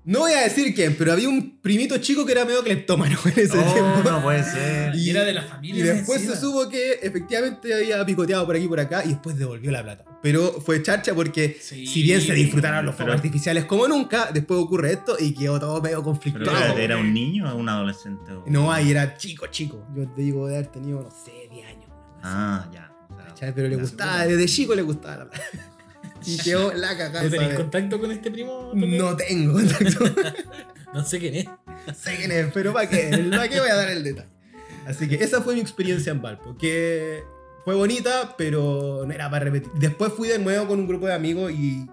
Speaker 2: No voy a decir quién, pero había un primito chico que era medio cleptómano en ese
Speaker 3: Oh,
Speaker 2: tiempo.
Speaker 3: no puede ser.
Speaker 1: Y
Speaker 2: y-
Speaker 1: era de la
Speaker 2: Y
Speaker 1: familia.
Speaker 2: después se
Speaker 1: encima.
Speaker 2: supo que efectivamente había picoteado por aquí por acá y después devolvió la plata. Pero fue charcha porque
Speaker 1: Sí.
Speaker 2: si bien se disfrutaron los fuegos
Speaker 3: Pero-
Speaker 2: artificiales como nunca, después ocurre esto y quedó todo medio
Speaker 3: Pero
Speaker 2: conflictuado.
Speaker 3: era, era un niño o un adolescente? Ah, o-
Speaker 2: No, ahí era chico, chico. Yo te digo de haber tenido, no sé, 10 años. una cosa
Speaker 3: Ah, ya. O sea,
Speaker 2: así, ¿cachai? Pero le
Speaker 3: la-
Speaker 2: gustaba, desde chico le gustaba la plata. Y quedó la cagada.
Speaker 1: ¿Tú tenés
Speaker 2: esa vez.
Speaker 1: contacto con este primo? Toledo?
Speaker 2: No tengo contacto.
Speaker 1: No sé quién es.
Speaker 2: sé quién es, pero ¿para qué? ¿Para qué voy a dar el detalle? Así que esa fue mi experiencia en Valpo, que fue bonita, pero no era para repetir. Después fui de nuevo con un grupo de amigos y, y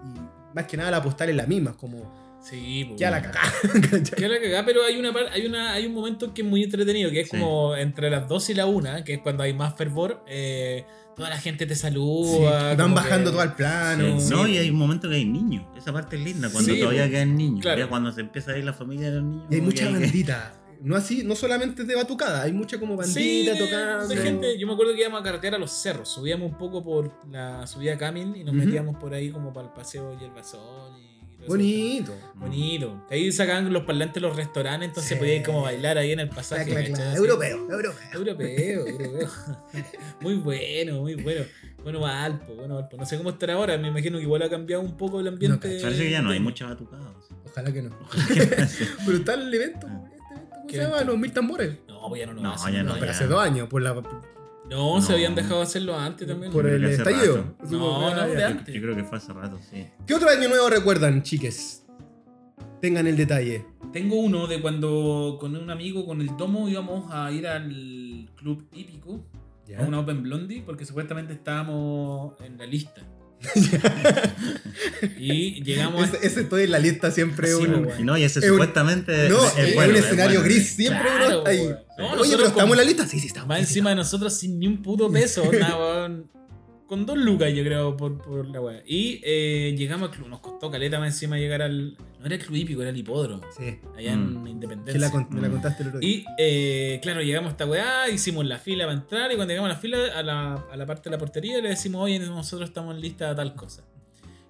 Speaker 2: más que nada la postal es la misma, como
Speaker 1: Sí, pues.
Speaker 2: ya la
Speaker 1: weón.
Speaker 2: cagada. ¿cachai?
Speaker 1: Que la cagá, pero hay una, par- hay una hay un momento que es muy entretenido, que es
Speaker 3: Sí.
Speaker 1: como entre las 2 y la 1, que es cuando hay más fervor, eh, toda la gente te
Speaker 2: Sí,
Speaker 1: saluda.
Speaker 2: van
Speaker 1: como
Speaker 2: bajando
Speaker 1: que-
Speaker 2: todo al plano.
Speaker 1: Sí,
Speaker 3: No, y hay un momento que hay niños. Esa parte es linda, cuando
Speaker 1: Sí,
Speaker 3: todavía
Speaker 1: pues,
Speaker 3: quedan niños.
Speaker 1: claro.
Speaker 3: Ya cuando se empieza a ir la familia de los niños.
Speaker 2: Y hay mucha
Speaker 3: ya que-
Speaker 2: bandita. No así, no solamente de batucada, hay mucha como bandita
Speaker 1: Sí, de-
Speaker 2: tocando.
Speaker 1: de gente. Yo me acuerdo que íbamos a carretear a los cerros, subíamos un poco por la subida Camil y nos
Speaker 2: Ujú.
Speaker 1: metíamos por ahí como para el paseo Yerbazón y, y todo eso.
Speaker 2: Bonito.
Speaker 3: Mm.
Speaker 1: Bonito. Que ahí sacaban los parlantes los restaurantes, entonces
Speaker 2: Sí.
Speaker 1: podías como bailar ahí en el
Speaker 2: Cla,
Speaker 1: pasaje.
Speaker 2: cla,
Speaker 1: ¿cachai?
Speaker 2: cla.
Speaker 1: Así.
Speaker 2: Europeo, europeo.
Speaker 1: Europeo, europeo. Muy bueno, muy bueno. Bueno, Valpo, bueno, Valpo. No sé cómo estará ahora, me imagino que igual ha cambiado un poco el ambiente.
Speaker 2: cacho.
Speaker 3: Parece que ya no hay mucha batucada. o sea.
Speaker 2: Ojalá que no. Pero está el evento, este evento, ¿cómo
Speaker 1: Ah. ¿Qué
Speaker 2: se llama?
Speaker 1: evento?
Speaker 2: Los mil tambores.
Speaker 1: No, pues ya no lo
Speaker 3: No,
Speaker 1: hacen.
Speaker 3: ya
Speaker 2: No,
Speaker 3: no,
Speaker 2: pero
Speaker 3: ya.
Speaker 2: hace dos años, por la
Speaker 1: No, se
Speaker 3: No.
Speaker 1: habían dejado hacerlo antes también.
Speaker 2: Por
Speaker 3: Yo creo
Speaker 2: el
Speaker 3: que hace
Speaker 2: estallido.
Speaker 3: rato.
Speaker 1: No, no,
Speaker 2: Ah, ya.
Speaker 1: de
Speaker 3: Yo,
Speaker 1: antes.
Speaker 3: yo creo que fue hace rato, sí.
Speaker 2: ¿Qué otro año nuevo recuerdan, chiques? Tengan el detalle.
Speaker 1: Tengo uno de cuando con un amigo, con el Tomo, íbamos a ir al club hípico,
Speaker 2: ¿Ya?
Speaker 1: a una Open Blondie, porque supuestamente estábamos en la lista. y llegamos a-
Speaker 2: Ese, ese estoy en la lista siempre.
Speaker 1: Sí, pues,
Speaker 2: uno.
Speaker 1: po, weón.
Speaker 3: Y no, y ese
Speaker 2: Es un-
Speaker 3: supuestamente.
Speaker 2: no,
Speaker 3: es
Speaker 2: es
Speaker 3: bueno,
Speaker 2: un
Speaker 3: es
Speaker 2: escenario
Speaker 3: bueno.
Speaker 2: gris. Siempre
Speaker 1: Claro, pues,
Speaker 2: uno está ahí.
Speaker 1: weón. No,
Speaker 2: Oye,
Speaker 1: nosotros
Speaker 2: pero estamos en
Speaker 1: con-
Speaker 2: la lista. Sí, sí, estamos.
Speaker 1: Va
Speaker 2: sí,
Speaker 1: encima de nosotros sin ni un puto peso, nada, weón. Con dos lucas, yo creo, por, por la weá. Y eh, llegamos al club, nos costó caleta más encima llegar al. No era el club hípico, era el hipódromo,
Speaker 2: estamos. Sí.
Speaker 1: allá
Speaker 3: Mm.
Speaker 1: en
Speaker 2: Que la,
Speaker 1: Independencia.
Speaker 2: cont- me la contaste el otro día.
Speaker 1: Y eh, claro, llegamos a esta weá, hicimos la fila para entrar y cuando llegamos a la fila, a la, a la parte de la portería, le decimos, oye, nosotros estamos en lista de tal cosa.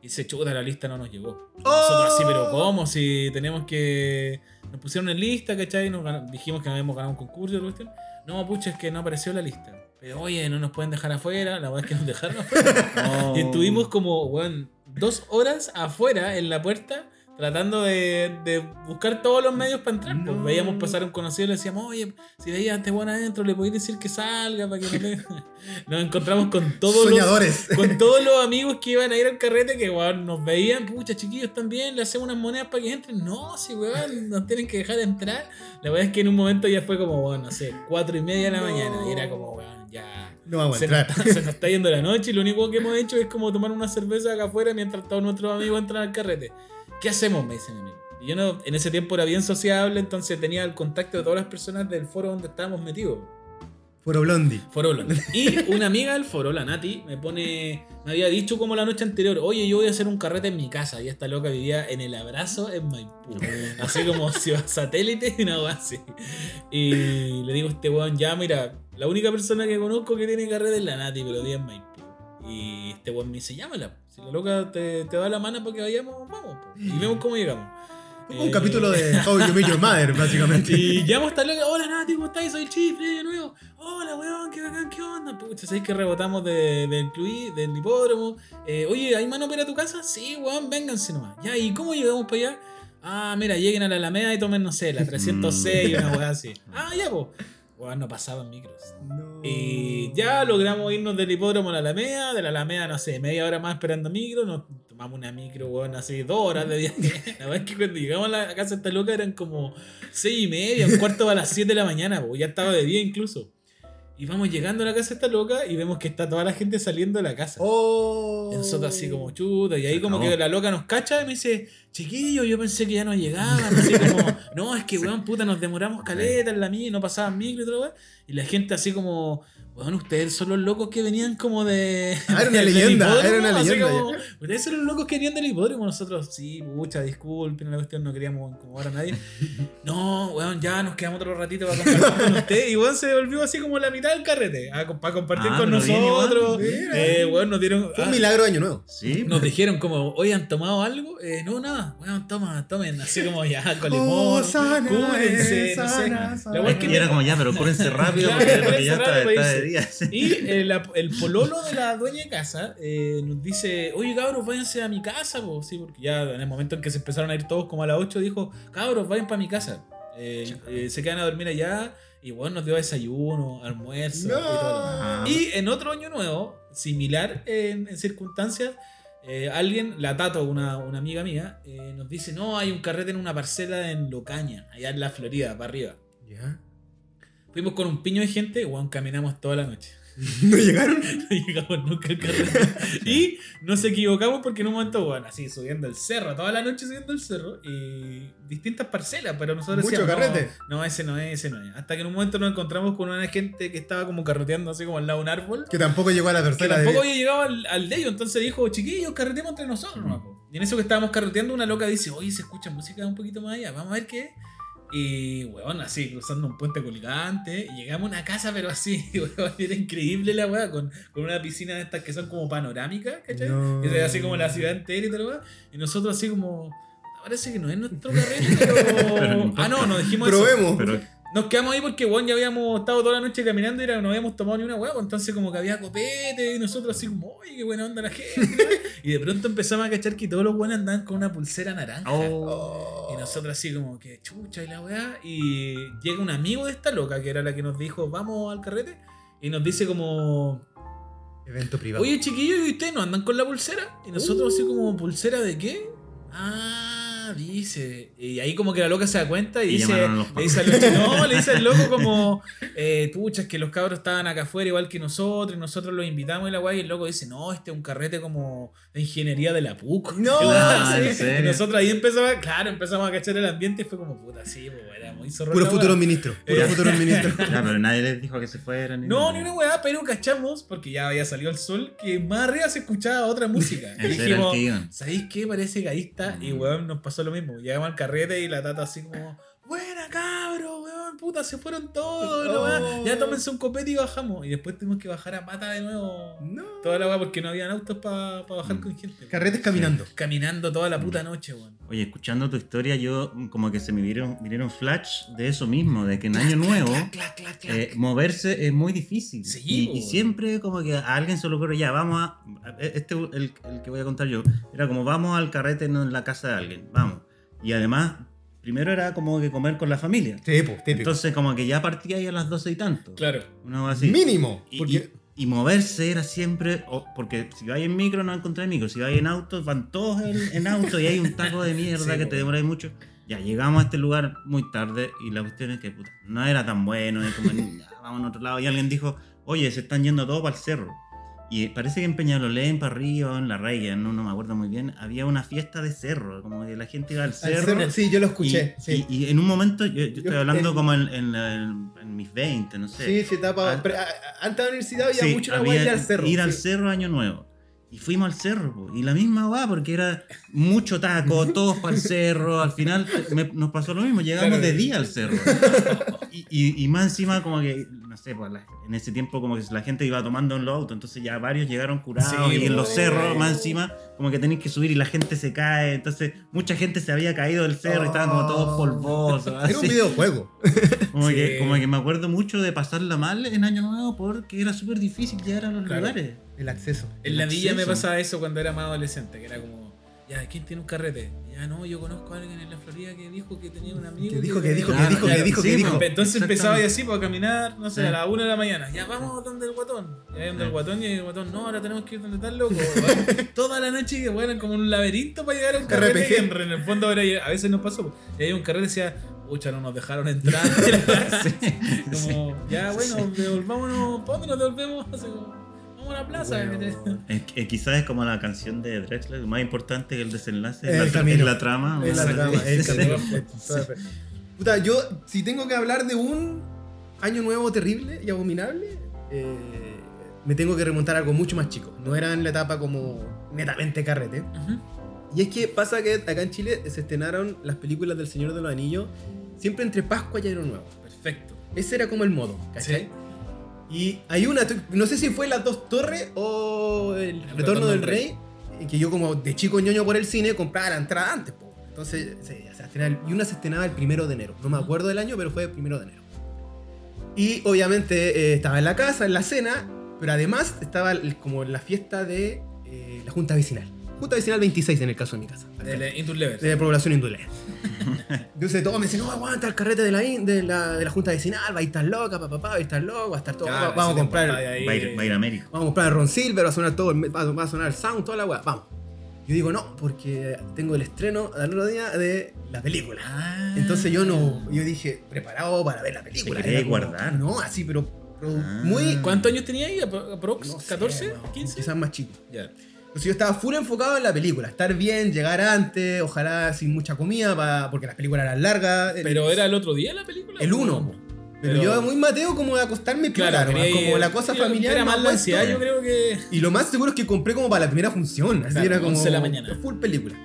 Speaker 1: Y se chuta, la lista no nos llegó. Y Nosotros así, pero ¿cómo? Si tenemos que... Nos pusieron en lista, ¿cachai? Nos gan- dijimos que habíamos ganado un concurso y la cuestión. No, pucha, es que no apareció la lista. Pero oye, no nos pueden dejar afuera, la verdad es que nos dejaron afuera.
Speaker 3: No.
Speaker 1: Y estuvimos como, weón, dos horas afuera en la puerta tratando de, de buscar todos los medios para entrar. Pues
Speaker 2: No.
Speaker 1: veíamos pasar a un conocido y le decíamos, oye, si veías a este weón adentro, le podéis decir que salga para que no le-". Nos encontramos con todos los
Speaker 2: Soñadores.
Speaker 1: con todos los amigos que iban a ir al carrete que weón, nos veían, pucha chiquillos también, le hacemos unas monedas para que entren. No, si weón, nos tienen que dejar entrar. La verdad es que en un momento ya fue como, bueno, no sé, cuatro y media de la
Speaker 2: No.
Speaker 1: mañana. Y era como, weón, ya.
Speaker 2: No vamos a
Speaker 1: Se nos,
Speaker 2: entrar.
Speaker 1: está, se nos está yendo la noche y lo único que hemos hecho es como tomar una cerveza acá afuera mientras todos nuestros amigos entran al carrete. ¿Qué hacemos? Me dicen a mí. Y yo no, en ese tiempo era bien sociable, entonces tenía el contacto de todas las personas del foro donde estábamos metidos.
Speaker 2: Foro Blondie.
Speaker 1: Forola. Y una amiga del Forola, Nati, me pone. Me había dicho como la noche anterior, oye, yo voy a hacer un carrete en mi casa. Y esta loca vivía en el abrazo en Maipú. Así como ciudad satélite y una weá así. Y le digo a este weón, ya, mira, la única persona que conozco que tiene carrete es la Nati, pero vive en Maipú. Y este weón me dice, llámala. Si la loca te, te da la mano para que vayamos, vamos. po. Y vemos cómo llegamos.
Speaker 2: Como un
Speaker 1: Eh,
Speaker 2: capítulo de How You Meet Your Mother, básicamente.
Speaker 1: y llamo hasta loca, hola Nati, ¿cómo estás? Soy el chifle de nuevo. Hola weón, qué bacán, qué onda. Pucha, ¿sabéis que rebotamos de- del club, del hipódromo? Eh, Oye, ¿hay mano para tu casa? Sí, weón, vénganse nomás. Ya, ¿y cómo llegamos para allá? Ah, mira, lleguen a la Alameda y tomen, no sé, la 306 y una weá así. Ah, ya, pues. Weón, no pasaban micros.
Speaker 2: No.
Speaker 1: Y ya logramos irnos del hipódromo a la Alameda, de la Alameda, no sé, media hora más esperando micro, nos tomamos una micro, weón, así dos horas de viaje. La verdad es que cuando llegamos a la casa de esta loca eran como seis y media, un cuarto a las siete de la mañana, po, ya estaba de día incluso. Y vamos llegando a la casa de esta loca y vemos que está toda la gente saliendo de la casa.
Speaker 2: Oh.
Speaker 1: Y nosotros así como chuta, y ahí
Speaker 3: Se
Speaker 1: como
Speaker 3: acabó.
Speaker 1: que la loca nos cacha y me dice, chiquillo, yo pensé que ya no llegaban, así como, no, es que weón, puta, nos demoramos caleta en la mía, no pasaban micro y todo, weón. Y la gente así como, weón, ustedes son los locos que venían como de...
Speaker 2: Ah, era una
Speaker 1: del
Speaker 2: leyenda,
Speaker 1: hipódromo",
Speaker 2: era una
Speaker 1: así
Speaker 2: leyenda
Speaker 1: como, ustedes son los locos que venían del hipódromo, nosotros, sí, pucha, disculpen la cuestión, no queríamos incomodar a nadie. No, weón, ya nos quedamos otro ratito para compartir con usted. Y weón se volvió así como la mitad del carrete, a- para compartir
Speaker 3: Ah,
Speaker 1: con
Speaker 3: pero bien igual.
Speaker 1: nosotros.
Speaker 2: Mira.
Speaker 1: Eh, weón, nos dieron...
Speaker 2: Fue un
Speaker 1: ah,
Speaker 2: milagro de año nuevo.
Speaker 3: Sí,
Speaker 1: nos dijeron como, hoy han tomado algo, Eh, no, nada, bueno, toma, tomen, así como ya, con limón,
Speaker 2: Oh, sana,
Speaker 1: cúrense,
Speaker 2: eh,
Speaker 1: no sé.
Speaker 2: sana, sana.
Speaker 1: La
Speaker 3: Ay,
Speaker 1: weá es que
Speaker 3: y era como ya, pero cúrense rápido porque,
Speaker 1: Claro,
Speaker 3: porque ya
Speaker 1: cúrense
Speaker 3: está,
Speaker 1: rápido,
Speaker 3: está de
Speaker 1: dice.
Speaker 3: día. sí.
Speaker 1: Y el, ap- el pololo de la dueña de casa eh, nos dice, oye cabros, váyanse a mi casa, po". Sí, porque ya en el momento en que se empezaron a ir todos como a las 8, dijo, cabros, vayan para mi casa. Eh, eh, se quedan a dormir allá y bueno, nos dio desayuno, almuerzo y todo lo demás.
Speaker 3: Ah.
Speaker 1: Y en otro año nuevo, similar en, en circunstancias, eh, alguien, la Tato, una, una amiga mía, eh, nos dice, no, hay un carrete en una parcela en Locaña, allá en la Florida, para arriba.
Speaker 2: Ya.
Speaker 1: Fuimos con un piño de gente, weón, caminamos toda la noche.
Speaker 2: ¿No llegaron?
Speaker 1: No llegamos nunca al carrete. y nos equivocamos porque en un momento, weón, así subiendo el cerro, toda la noche subiendo el cerro, y distintas parcelas, pero nosotros
Speaker 2: Mucho
Speaker 1: decíamos, "No,
Speaker 2: carrete.
Speaker 1: No, ese no es, ese no es. Hasta que en un momento nos encontramos con una gente que estaba como carreteando así como al lado de un árbol.
Speaker 2: Que tampoco llegó a la
Speaker 1: Que
Speaker 2: tercera.
Speaker 1: tampoco
Speaker 2: de...
Speaker 1: había llegado al, al de ellos, entonces dijo, chiquillos, carreteemos entre nosotros. nomás, po". Y en eso que estábamos carreteando, una loca dice, oye, se escucha música un poquito más allá, vamos a ver qué es. Y, weón, así, cruzando un puente colgante, y llegamos a una casa, pero así, weón, era increíble la weá, con, con una piscina de estas que son como panorámicas, ¿cachai?
Speaker 2: No.
Speaker 1: Que se ve así como la ciudad entera y tal, weá. Y nosotros así como, parece que no es nuestro carrete, pero...
Speaker 3: Pero no importa.
Speaker 1: ah, no, nos dijimos eso.
Speaker 2: Probemos.
Speaker 3: Pero
Speaker 1: Nos quedamos ahí porque, weón, ya habíamos estado toda la noche caminando y era- no habíamos tomado ni una hueá, pues, entonces como que había copete y nosotros así como, oye, qué buena onda la gente. ¿no? y de pronto empezamos a cachar que todos los buenos andaban con una pulsera naranja.
Speaker 2: Oh.
Speaker 1: Y nosotros así como que chucha y la weá. Y llega un amigo de esta loca que era la que nos dijo, vamos al carrete. Y Y nos dice como...
Speaker 2: Evento privado.
Speaker 1: Oye, chiquillos, ¿y ustedes no andan con la pulsera? Y nosotros así como, ¿pulsera de qué? Ah, dice. Y ahí como que la loca se da cuenta y,
Speaker 3: Y
Speaker 1: dice,
Speaker 3: llamaron a los
Speaker 1: le dice al loco, no, le dice al loco como, eh, pucha, es que los cabros estaban acá afuera igual que nosotros, y nosotros los invitamos y la guay, y el loco dice, no, este es un carrete como de ingeniería de la PUC.
Speaker 2: No,
Speaker 1: Y bueno,
Speaker 2: ¿en
Speaker 1: sí.
Speaker 4: serio?
Speaker 1: Y nosotros ahí empezamos, a- claro, empezamos a cachar el ambiente y fue como, puta, sí, pues era muy zorro.
Speaker 2: Puro
Speaker 1: la
Speaker 2: futuro
Speaker 1: weá".
Speaker 2: ministro. Puro
Speaker 1: Ya.
Speaker 2: futuro ministro.
Speaker 3: Ya, pero nadie les dijo que se fueran.
Speaker 1: No,
Speaker 3: nada.
Speaker 1: ni una weá, pero cachamos, porque ya había salido el sol, que más arriba se escuchaba otra música. Y
Speaker 3: Ese era el
Speaker 1: dijimos,
Speaker 3: que iban.
Speaker 1: ¿Sabéis qué? Parece que ahí está. Y
Speaker 3: Mm.
Speaker 1: weón, nos pasó lo mismo. Llegamos al carrete y la tata así como, buena cabro, weón, puta, se fueron todos, la weá.
Speaker 2: No.
Speaker 3: Oh.
Speaker 1: Ya tómense un copete y bajamos. Y después tuvimos que bajar a pata de nuevo.
Speaker 2: No.
Speaker 1: Toda la weá porque no habían autos para bajar
Speaker 3: Mm.
Speaker 1: con gente.
Speaker 2: Carretes caminando.
Speaker 1: Caminando toda la puta noche, weón.
Speaker 3: Oye, escuchando tu historia, yo mm, como que se me vinieron, vinieron flash de eso mismo, de que en año nuevo
Speaker 1: Clac, clac, clac.
Speaker 3: eh, moverse es muy difícil.
Speaker 1: Sí, pues.
Speaker 3: y, y
Speaker 1: po.
Speaker 3: siempre como que a alguien se lo ocurre, ya, vamos a... a- Este, el, el que voy a contar yo, era como vamos al carrete en la casa de alguien, vamos. Y además, primero era como que comer con la familia.
Speaker 2: Tipo, típico.
Speaker 3: Entonces como que ya partía ahí a las 12 y tanto.
Speaker 1: claro.
Speaker 3: Una cosa así.
Speaker 2: Mínimo.
Speaker 3: Y,
Speaker 2: Porque
Speaker 3: y- y moverse era siempre, o- porque si vais en micro no encontráis micro, si vais en auto van todos en, en auto y hay un taco de mierda
Speaker 1: Sí,
Speaker 3: que
Speaker 1: po.
Speaker 3: te demoráis mucho. Ya llegamos a este lugar muy tarde y la cuestión es que puta, no era tan bueno, y como "Ya, vamos a otro lado y alguien dijo, oye, se están yendo todos para el cerro. Y parece que en Peñalolén, en Parrillo, en La Raya, no, no me acuerdo muy bien, había una fiesta de cerro, como que la gente iba al
Speaker 2: al
Speaker 3: cerro.
Speaker 2: cerro- sí, yo lo escuché.
Speaker 3: y,
Speaker 2: sí.
Speaker 3: y- y en un momento, yo, yo estoy
Speaker 2: Yo-
Speaker 3: hablando
Speaker 2: en-
Speaker 3: como en, en la- en- en mis 20, no sé.
Speaker 2: Sí, sí, etapa.
Speaker 3: Ah.
Speaker 2: pre- a- a- antes de la universidad había
Speaker 3: Sí,
Speaker 2: mucho la
Speaker 3: había
Speaker 2: guay ir al cerro.
Speaker 3: ir al
Speaker 2: sí.
Speaker 3: cerro año nuevo. Y fuimos al cerro, po. y la misma va, porque era mucho taco, todos para el cerro. Al final me- nos pasó lo mismo, llegamos
Speaker 1: Claro.
Speaker 3: de día al cerro. Y, y- y más encima, como que, no sé, po, la- en ese tiempo, como que la gente iba tomando en los autos, entonces ya varios llegaron curados.
Speaker 1: Sí,
Speaker 3: y en
Speaker 1: po.
Speaker 3: los cerros, más encima, como que tenéis que subir y la gente se cae. Entonces, mucha gente se había caído del cerro y estaban como todos polvosos.
Speaker 2: Ah. Era un
Speaker 3: así.
Speaker 2: videojuego.
Speaker 3: Como,
Speaker 1: Sí.
Speaker 3: que, como que me acuerdo mucho de pasarla mal en Año Nuevo porque era súper difícil llegar a los
Speaker 2: Claro.
Speaker 3: lugares.
Speaker 2: El acceso.
Speaker 1: En la
Speaker 3: El
Speaker 1: villa me
Speaker 3: acceso.
Speaker 1: pasaba eso cuando era más adolescente, que era como, ya, ¿quién tiene un carrete? Ya no, yo conozco a alguien en la Florida que dijo que tenía un amigo.
Speaker 2: Que dijo, que dijo,
Speaker 3: Claro,
Speaker 2: que dijo, que
Speaker 3: claro,
Speaker 2: dijo, que
Speaker 3: sí,
Speaker 2: dijo.
Speaker 3: po.
Speaker 1: Entonces
Speaker 3: Exactamente.
Speaker 1: empezaba y así para caminar, no sé,
Speaker 3: Sí.
Speaker 1: a la una de la mañana. Ya vamos donde el guatón. Y ahí donde
Speaker 3: Sí.
Speaker 1: el guatón y el guatón, no, ahora tenemos que ir donde tal loco. weón. Toda la noche que bueno, como un laberinto para llegar a un carrete.
Speaker 2: RPG.
Speaker 1: Y en, en el fondo ahora, y a veces nos pasó. Y ahí un carrete decía, pucha, no nos dejaron entrar. como, ya bueno, devolvámonos, ¿para dónde nos devolvemos? Así como, vamos a la plaza. ¿cachai?
Speaker 3: Eh, eh, quizás es como la canción de Drexler, más importante que el desenlace,
Speaker 2: El
Speaker 3: es la,
Speaker 2: camino.
Speaker 3: es la trama.
Speaker 2: Es la
Speaker 3: Sí,
Speaker 2: trama,
Speaker 3: sí,
Speaker 2: es
Speaker 3: sí.
Speaker 2: el camino. Puta, yo, si tengo que hablar de un año nuevo terrible y abominable, eh, me tengo que remontar a algo mucho más chico. No era en la etapa como netamente carrete.
Speaker 1: Ujú.
Speaker 2: Y es que pasa que acá en Chile se estrenaron las películas del Señor de los Anillos siempre entre Pascua y Año Nuevo.
Speaker 1: Perfecto.
Speaker 2: Ese era como el modo, ¿cachai? Y hay una, no sé si fue Las Dos Torres o El Retorno, del Rey, en que yo como de chico ñoño por el cine compraba la entrada antes, po. Entonces, se, se estrenaba el- y una se estrenaba el primero de enero. No me acuerdo del año, pero fue el primero de enero. Y obviamente eh, estaba en la casa, en la cena, pero además estaba el- como la fiesta de eh, la Junta Vecinal. Junta Vecinal 26 en el caso de mi casa.
Speaker 1: De la Intus Lever.
Speaker 2: De la población indulé. Entonces todos me dicen, no, aguanta el carrete de la, in- de la, de la junta vecinal, va a estar loca, papá, papá, va a estar loco, va a estar todo.
Speaker 1: Claro,
Speaker 2: vamos a
Speaker 1: ese
Speaker 2: comprar
Speaker 1: temporada ahí.
Speaker 3: Va a ir, va a ir a América.
Speaker 2: vamos a comprar el Ron Silver, va a sonar todo, el- va a, va a sonar el sound, toda la weá, vamos. Yo digo, no, porque tengo el estreno al otro día de la película.
Speaker 1: Ah.
Speaker 2: Entonces yo no, yo dije, preparado para ver la película.
Speaker 3: quería
Speaker 2: Era como,
Speaker 3: guardar.
Speaker 2: No, así, pero, pero
Speaker 3: Ah.
Speaker 2: muy...
Speaker 1: ¿Cuántos años tenía ahí? ¿Apro- ¿Aprox?
Speaker 2: Mm. no sé,
Speaker 1: ¿14?
Speaker 2: weón,
Speaker 1: ¿15?
Speaker 2: Quizás más chico.
Speaker 1: Ya.
Speaker 2: Entonces yo estaba full enfocado en la película, estar bien, llegar antes, ojalá sin mucha comida, pa- porque las películas eran largas. El-
Speaker 1: ¿Pero era el otro día la película?
Speaker 2: El uno. Pero,
Speaker 1: Pero-
Speaker 2: yo muy mateo como de acostarme
Speaker 1: Claro,
Speaker 2: claro,
Speaker 1: quería ir-
Speaker 2: como la cosa
Speaker 1: era-
Speaker 2: familiar.
Speaker 1: Era más
Speaker 2: más
Speaker 1: la
Speaker 2: puesto.
Speaker 1: ansiedad, yo creo que.
Speaker 2: Y lo más seguro es que compré como para la primera función, así
Speaker 1: Claro,
Speaker 2: era como
Speaker 1: 11 de la mañana.
Speaker 2: full película.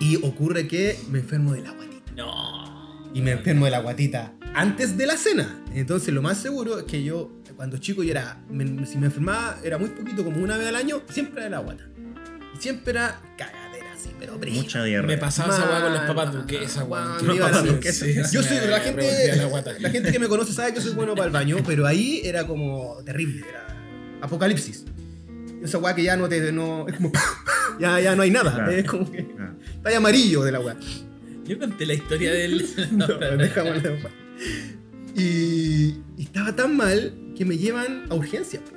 Speaker 2: Y ocurre que me enfermo de la guatita.
Speaker 1: No.
Speaker 2: Y me enfermo de la guatita antes de la cena. Entonces lo más seguro es que yo, cuando chico, yo era, me- si me enfermaba, era muy poquito, como una vez al año, siempre era de la guata. Y siempre era cagadera, así, pero prima.
Speaker 3: Mucha diarrea.
Speaker 1: Me pasaba esa
Speaker 2: Man,
Speaker 1: weá con los papás
Speaker 2: man,
Speaker 1: duquesa, weón.
Speaker 2: man,
Speaker 1: Que
Speaker 2: me
Speaker 1: los
Speaker 2: iba a
Speaker 1: papás
Speaker 2: decir,
Speaker 1: duquesa.
Speaker 2: Yo soy, la
Speaker 1: revolvía
Speaker 2: gente,
Speaker 1: la guata.
Speaker 2: la gente que me conoce sabe que soy bueno para el baño, pero ahí era como terrible, era apocalipsis. Esa weá que ya no te, no, es como, ya, ya no hay nada,
Speaker 3: Claro.
Speaker 2: es como que,
Speaker 3: Ah,
Speaker 2: está ahí amarillo de la weá.
Speaker 1: Yo conté la historia del.
Speaker 2: No, dejamos la weá. Y, y estaba tan mal que que me llevan a urgencia. po.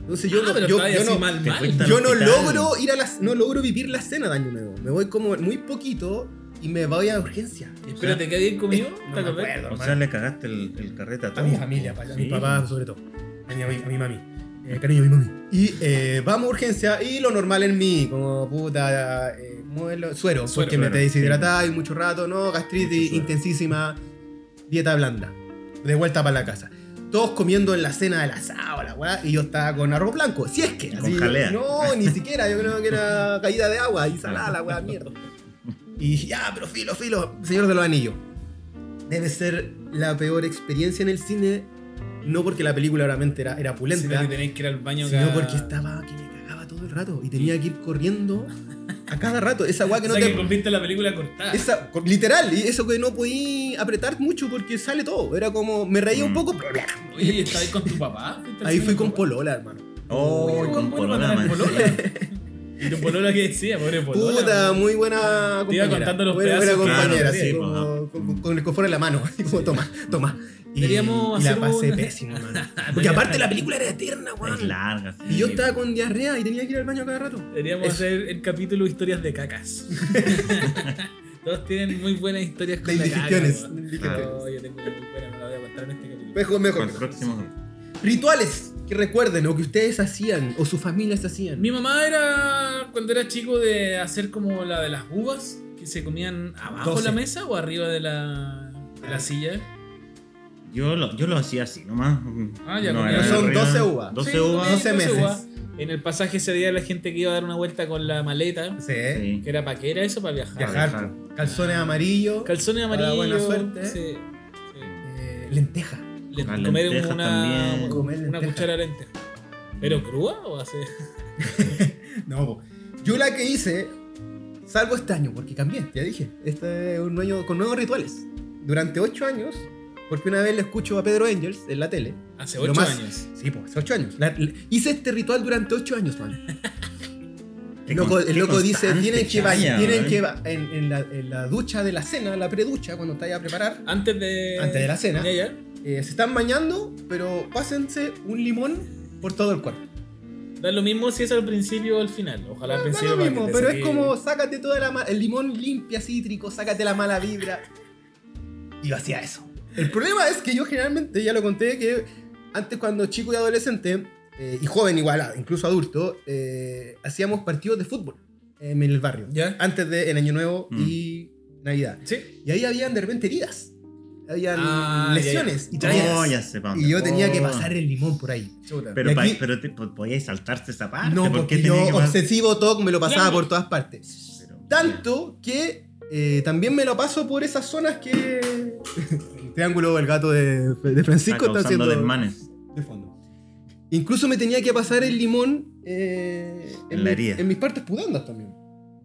Speaker 2: Entonces yo,
Speaker 1: Ah,
Speaker 2: no-
Speaker 1: pero
Speaker 2: yo,
Speaker 1: estabais
Speaker 2: yo
Speaker 1: así
Speaker 2: no,
Speaker 1: mal,
Speaker 3: Te
Speaker 1: mal.
Speaker 3: fuiste al
Speaker 2: yo no
Speaker 3: hospital.
Speaker 2: logro ir a las, no logro vivir la cena de año nuevo. Me voy como muy poquito y me voy a urgencia.
Speaker 1: Espérate, ¿qué habéis comido?
Speaker 2: No
Speaker 1: ¿Te
Speaker 2: me
Speaker 1: acordás?
Speaker 2: acuerdo,
Speaker 3: O
Speaker 2: hermano.
Speaker 3: sea, le cagaste el, el carrete a
Speaker 2: a
Speaker 3: todos.
Speaker 2: mi familia, a mi
Speaker 3: Sí.
Speaker 2: papá sobre todo. A mi, a mi- a mi mami. Eh, cariño, mi mami. Y eh, vamos a urgencia y lo normal en mí, como puta, eh, modelo- suero,
Speaker 1: Suero,
Speaker 2: porque me
Speaker 3: claro,
Speaker 2: te deshidratáis mucho rato, ¿no? Gastritis
Speaker 3: Mucho suero.
Speaker 2: intensísima, dieta blanda. De vuelta para la casa. Todos comiendo en la cena del asado, la weá, y yo estaba con arroz blanco. Si es que,
Speaker 3: Con jalea.
Speaker 2: No, ni siquiera, yo creo que era caída de agua y salada la weá, mierda. Y dije, ya, pero filo, filo, Señor de los Anillos. Debe ser la peor experiencia en el cine, no porque la película realmente era, era
Speaker 1: Si no,
Speaker 2: pulenta,
Speaker 1: que tenéis que ir al baño
Speaker 2: sino
Speaker 1: cada-
Speaker 2: porque estaba que me cagaba todo el rato y tenía que ir corriendo a cada rato. Esa weá que no
Speaker 1: o sea,
Speaker 2: te.
Speaker 1: que viste la película cortada.
Speaker 2: esa- co- literal, y eso que no podí apretar mucho porque sale todo. Era como, me reía un
Speaker 3: Mm.
Speaker 2: poco.
Speaker 1: Oye, ¿y estabais con tu papá? ¿Fuiste al
Speaker 2: Ahí
Speaker 1: cine
Speaker 2: fui con
Speaker 1: tu papá?
Speaker 2: Polola, hermano.
Speaker 3: Oh,
Speaker 1: Oye,
Speaker 3: con
Speaker 1: bueno,
Speaker 3: polola,
Speaker 1: bueno,
Speaker 3: man.
Speaker 1: polola. ¿Y tu polola qué decía? Pobre polola.
Speaker 2: Puta,
Speaker 1: man.
Speaker 2: muy buena compañera.
Speaker 1: Te iba contando los
Speaker 2: buena, buena
Speaker 1: pedazos.
Speaker 2: compañera,
Speaker 3: Claro,
Speaker 2: sí,
Speaker 3: sí,
Speaker 2: como,
Speaker 3: po,
Speaker 2: con, con el cofón en la mano, así como toma, toma. Y,
Speaker 1: Deberíamos
Speaker 2: y la
Speaker 1: hacer
Speaker 2: pasé
Speaker 1: un-
Speaker 2: pésimo, man. Porque aparte la película era eterna,
Speaker 3: Es
Speaker 2: weón.
Speaker 3: larga. sí.
Speaker 2: Y yo estaba con diarrea y tenía que ir al baño cada rato.
Speaker 1: Deberíamos
Speaker 2: Eso.
Speaker 1: hacer el capítulo Historias de cacas. Todos tienen muy buenas historias con
Speaker 2: De
Speaker 1: la
Speaker 2: indigestiones.
Speaker 1: caca.
Speaker 2: de indigestiones.
Speaker 1: Claro. yo tengo una muy buena, me la voy a contar en este capítulo.
Speaker 2: Mejor,
Speaker 3: Para
Speaker 2: mejor.
Speaker 3: el próximo.
Speaker 2: Rituales que recuerden o que ustedes hacían o sus familias hacían.
Speaker 1: Mi mamá era, cuando era chico, de hacer como la de las uvas, que se comían abajo de la
Speaker 2: Doce.
Speaker 1: mesa o arriba de la, de la silla.
Speaker 3: Yo lo, yo lo hacía así nomás.
Speaker 1: Ah, ya,
Speaker 3: no,
Speaker 1: con-
Speaker 3: era
Speaker 1: Son
Speaker 3: arriba.
Speaker 2: 12 uvas.
Speaker 3: 12
Speaker 1: Sí,
Speaker 3: uvas.
Speaker 1: comían
Speaker 2: 12
Speaker 1: doce
Speaker 2: meses.
Speaker 1: uvas. En el pasaje ese día la gente que iba a dar una vuelta con la maleta,
Speaker 2: Sí. ¿eh?
Speaker 3: Sí.
Speaker 1: que era para qué era eso, para viajar.
Speaker 3: Viajar.
Speaker 2: Viajar. po. Calzones amarillos.
Speaker 1: Calzones
Speaker 2: Para
Speaker 1: amarillos.
Speaker 2: buena suerte.
Speaker 1: sí, sí.
Speaker 2: eh, lenteja.
Speaker 1: Le-
Speaker 3: Las
Speaker 1: comer
Speaker 3: lentejas
Speaker 1: una,
Speaker 3: también.
Speaker 2: Comer
Speaker 1: una
Speaker 2: lentejas.
Speaker 1: cuchara de lenteja. ¿Pero cruda o hace?
Speaker 2: No, po. yo la que hice, salvo este año, porque cambié, ya dije. Este es un año con nuevos rituales. Durante 8 años, porque una vez le escucho a Pedro Engels en la tele.
Speaker 1: Hace
Speaker 2: Lo
Speaker 1: ocho
Speaker 2: más-
Speaker 1: años.
Speaker 2: Sí, pues, hace 8 años. La- la- hice este ritual durante 8 años, man.
Speaker 3: Qué
Speaker 2: El loco,
Speaker 3: con-
Speaker 2: el
Speaker 3: qué
Speaker 2: loco dice,
Speaker 3: constante,
Speaker 2: tienen que va-
Speaker 3: chaya,
Speaker 2: tienen
Speaker 3: man.
Speaker 2: que va- en, en la, en la ducha de la cena, la preducha, cuando estáis a preparar,
Speaker 1: Antes de.
Speaker 2: Antes de la cena.
Speaker 1: Ya, ya.
Speaker 2: eh, se están bañando, pero pásense un limón por todo el cuerpo.
Speaker 1: Da lo mismo si es al principio o al final. Ojalá al
Speaker 2: No es
Speaker 1: principio.
Speaker 2: lo
Speaker 1: para que
Speaker 2: mismo,
Speaker 1: te
Speaker 2: pero es
Speaker 1: saque-
Speaker 2: como sácate toda la ma- el limón limpia, cítrico, sácate la mala vibra. Y yo hacía eso. El problema es que yo generalmente, ya lo conté, que antes cuando chico y adolescente, eh, y joven igual, ah, incluso adulto, eh, hacíamos partidos de fútbol em, en el barrio.
Speaker 1: Ya.
Speaker 2: Antes de en Año Nuevo
Speaker 3: Mm.
Speaker 2: y Navidad.
Speaker 1: Sí.
Speaker 2: Y ahí habían de repente heridas. Habían
Speaker 1: Ah, ya,
Speaker 2: lesiones y traídas.
Speaker 3: Oh, ya sé, pa' dónde
Speaker 2: y yo
Speaker 3: voy.
Speaker 2: tenía que pasar el limón por ahí.
Speaker 3: Pero,
Speaker 2: Y
Speaker 3: pa-
Speaker 2: aquí-
Speaker 3: pero te, po- podías saltarse esa parte.
Speaker 2: no,
Speaker 3: ¿por
Speaker 2: porque
Speaker 3: qué tenía
Speaker 2: yo
Speaker 3: que pasar?
Speaker 2: obsesivo TOC me lo pasaba
Speaker 1: Claro.
Speaker 2: por todas partes.
Speaker 3: Pero-
Speaker 2: Tanto que eh, también me lo paso por esas zonas que. el triángulo del gato de, de
Speaker 3: Está
Speaker 2: Francisco está
Speaker 3: causando
Speaker 2: haciendo.
Speaker 3: desmanes.
Speaker 2: de fondo. Incluso me tenía que pasar el limón eh,
Speaker 3: En la
Speaker 2: mi-
Speaker 3: herida.
Speaker 2: en mis partes pudendas también.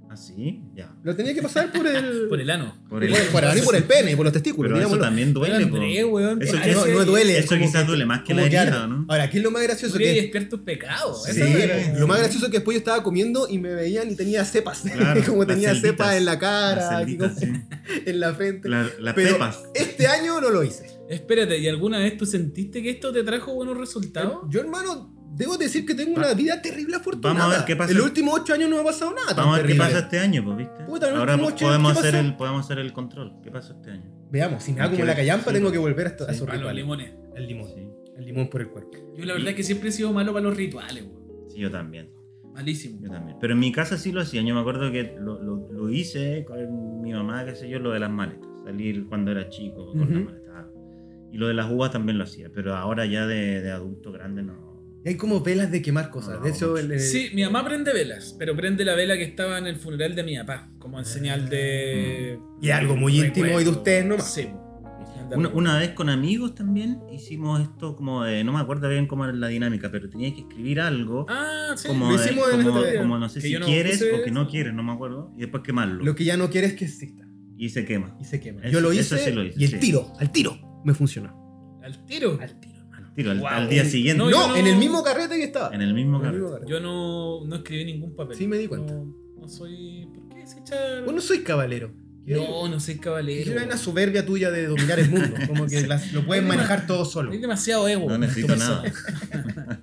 Speaker 3: Así, Ah, ya.
Speaker 2: Lo tenía que pasar por el.
Speaker 1: Por el ano.
Speaker 3: Por
Speaker 2: por
Speaker 3: el-
Speaker 2: el, por el, por el pene, por los testículos.
Speaker 3: pero eso
Speaker 2: digámoslo.
Speaker 3: también duele,
Speaker 1: Pero
Speaker 3: po.
Speaker 1: André, weón,
Speaker 3: Eso
Speaker 1: ¿por
Speaker 2: Ah,
Speaker 1: qué
Speaker 2: no,
Speaker 1: se-
Speaker 2: no duele. es
Speaker 3: Eso
Speaker 2: como
Speaker 3: quizás
Speaker 2: que-
Speaker 3: duele más que
Speaker 2: como
Speaker 3: la
Speaker 2: que
Speaker 3: herida,
Speaker 2: arde.
Speaker 3: ¿no?
Speaker 2: Ahora, ¿qué es lo más gracioso?
Speaker 1: ¿Por
Speaker 2: Que
Speaker 1: qué despierta ¿eh? tus pecados?
Speaker 2: Sí,
Speaker 1: Eso
Speaker 3: era
Speaker 1: es-
Speaker 3: como-
Speaker 2: lo más gracioso es que después yo estaba comiendo y me veían y tenía cepas.
Speaker 3: Claro,
Speaker 2: como
Speaker 3: las
Speaker 2: tenía
Speaker 3: celditas.
Speaker 2: cepas en la
Speaker 3: Las
Speaker 2: cara, aquí
Speaker 3: celditas,
Speaker 2: como
Speaker 3: sí.
Speaker 2: en la frente.
Speaker 3: La- Las
Speaker 2: Pero
Speaker 3: pepas.
Speaker 2: este año no lo hice.
Speaker 1: Espérate, ¿y alguna vez tú sentiste que esto te trajo buenos resultados?
Speaker 2: Yo, hermano, debo decir que tengo una vida terrible afortunada.
Speaker 3: Vamos a ver qué pasa.
Speaker 2: En los últimos ocho años no me ha pasado nada. tan
Speaker 3: Vamos a ver qué
Speaker 2: terrible.
Speaker 3: pasa este año, pues, ¿viste?
Speaker 2: Puta, no,
Speaker 3: Ahora
Speaker 2: ¿cómo,
Speaker 3: po-
Speaker 2: che?
Speaker 3: podemos
Speaker 2: ¿Qué
Speaker 3: hacer,
Speaker 2: pasó?
Speaker 3: el, podemos hacer el control. ¿Qué pasó este año?
Speaker 2: Veamos, si me da
Speaker 3: Hay
Speaker 2: como
Speaker 3: que
Speaker 2: la
Speaker 3: ver.
Speaker 2: callampa,
Speaker 3: Sí.
Speaker 2: tengo que volver a, esto- a
Speaker 3: Sí.
Speaker 2: esos
Speaker 1: Para los
Speaker 2: rituales.
Speaker 1: limones.
Speaker 2: El limón.
Speaker 3: Sí.
Speaker 2: El limón por el cuerpo.
Speaker 1: Yo la verdad es que siempre he sido malo para los rituales, weón.
Speaker 3: Sí, yo también.
Speaker 1: Malísimo.
Speaker 3: Yo también. Pero en mi casa sí lo hacían. Yo me acuerdo que lo, lo- lo hice con mi mamá, qué sé yo, lo de las maletas. Salir cuando era chico con las
Speaker 2: Ujú.
Speaker 3: maletas. Ah. Y lo de las uvas también lo hacía. Pero ahora ya de, de adulto grande no.
Speaker 2: Y hay como velas de quemar cosas.
Speaker 3: No,
Speaker 2: de hecho,
Speaker 3: mucho.
Speaker 2: el, el-
Speaker 1: Sí, mi mamá prende velas, pero prende la vela que estaba en el funeral de mi papá, como en señal de.
Speaker 2: Mm. Y algo muy íntimo y de ustedes nomás.
Speaker 1: Sí.
Speaker 3: Una, una vez con amigos también hicimos esto como de. No me acuerdo bien cómo era la dinámica, pero tenías que escribir algo.
Speaker 1: Ah, sí.
Speaker 3: como,
Speaker 2: lo
Speaker 3: de-
Speaker 2: hicimos en
Speaker 3: como,
Speaker 2: este video.
Speaker 3: como no sé
Speaker 1: Que
Speaker 3: si
Speaker 1: yo no
Speaker 3: quieres
Speaker 1: puse
Speaker 3: o que no
Speaker 1: eso.
Speaker 3: quieres, no me acuerdo. Y después quemarlo.
Speaker 2: lo que ya no quieres que exista.
Speaker 3: Y se quema.
Speaker 2: Y se quema.
Speaker 3: Eso-
Speaker 2: Yo lo
Speaker 3: eso
Speaker 2: hice,
Speaker 3: sí lo hice,
Speaker 2: y el
Speaker 3: sí.
Speaker 2: tiro, al tiro, me funcionó.
Speaker 1: Al tiro.
Speaker 2: Al tiro, hermano.
Speaker 3: Tiro al,
Speaker 1: Wow.
Speaker 3: al día siguiente.
Speaker 1: No,
Speaker 2: No,
Speaker 1: yo
Speaker 2: en el mismo carrete que estaba.
Speaker 3: En el mismo
Speaker 2: En el
Speaker 3: carrete.
Speaker 2: mismo carrete.
Speaker 1: Yo no, no escribí ningún papel.
Speaker 2: Sí, me di cuenta.
Speaker 1: No, no soy. ¿Por qué se echa?
Speaker 2: Vos no soy caballero.
Speaker 1: No, no soy
Speaker 2: Es
Speaker 1: caballero.
Speaker 2: una soberbia tuya de dominar el mundo. Como que las- lo puedes manejar todo solo.
Speaker 1: Hay demasiado ego.
Speaker 3: No
Speaker 1: en
Speaker 3: necesito
Speaker 1: tu persona.
Speaker 3: nada.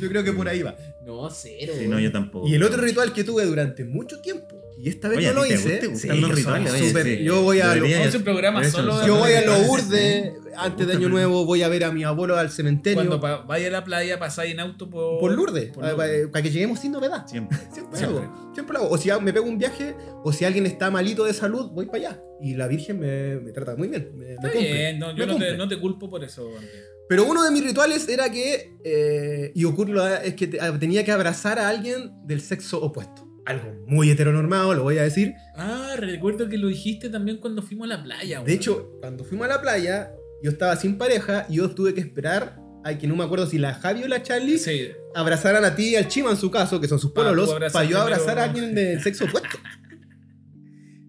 Speaker 2: Yo creo que por ahí va.
Speaker 1: No, cero.
Speaker 3: Si no, yo tampoco.
Speaker 2: Y el otro ritual que tuve durante mucho tiempo, y esta vez
Speaker 3: Oye,
Speaker 2: no lo
Speaker 3: ¿a ti te
Speaker 2: hice.
Speaker 3: gusta- te gustan
Speaker 2: Sí,
Speaker 3: los
Speaker 2: yo soy
Speaker 3: rituales? Oye,
Speaker 2: súper-
Speaker 3: sí.
Speaker 2: yo voy a lo-
Speaker 3: Deberías-
Speaker 1: Vamos a un programa
Speaker 3: deberías
Speaker 1: solo.
Speaker 3: usar
Speaker 2: yo voy a
Speaker 3: rituales.
Speaker 2: Lourdes antes de Año Nuevo, voy a ver a mi abuelo al
Speaker 1: Cuando
Speaker 2: cementerio.
Speaker 1: pa- vaya a la playa, pasáis en auto por.
Speaker 2: por Lourdes,
Speaker 1: por
Speaker 2: a-
Speaker 1: Lourdes.
Speaker 2: para, que lleguemos sin novedad.
Speaker 3: Siempre.
Speaker 2: Siempre, lo hago, siempre lo hago. O si me pego un viaje, o si alguien está malito de salud, voy para allá. Y la Virgen me, me trata muy bien. Me, me
Speaker 1: Está
Speaker 2: cumple,
Speaker 1: bien, no,
Speaker 2: me
Speaker 1: yo no te,
Speaker 2: cumple.
Speaker 1: no te culpo por eso. Andrés.
Speaker 2: Pero uno de mis rituales era que, eh, y ocurre, es que te- ah, tenía que abrazar a alguien del sexo opuesto. Algo muy heteronormado, lo voy a decir.
Speaker 1: Ah, recuerdo que lo dijiste también cuando fuimos a la playa.
Speaker 2: De
Speaker 1: weón.
Speaker 2: hecho, cuando fuimos a la playa, yo estaba sin pareja y yo tuve que esperar a que no me acuerdo si la Javi o la Charlie
Speaker 1: sí,
Speaker 2: abrazaran a ti y al Chima en su caso, que son sus
Speaker 1: Pa, tú
Speaker 2: pololos,
Speaker 1: abrazas
Speaker 2: para yo
Speaker 1: primero.
Speaker 2: abrazar a alguien del sexo opuesto.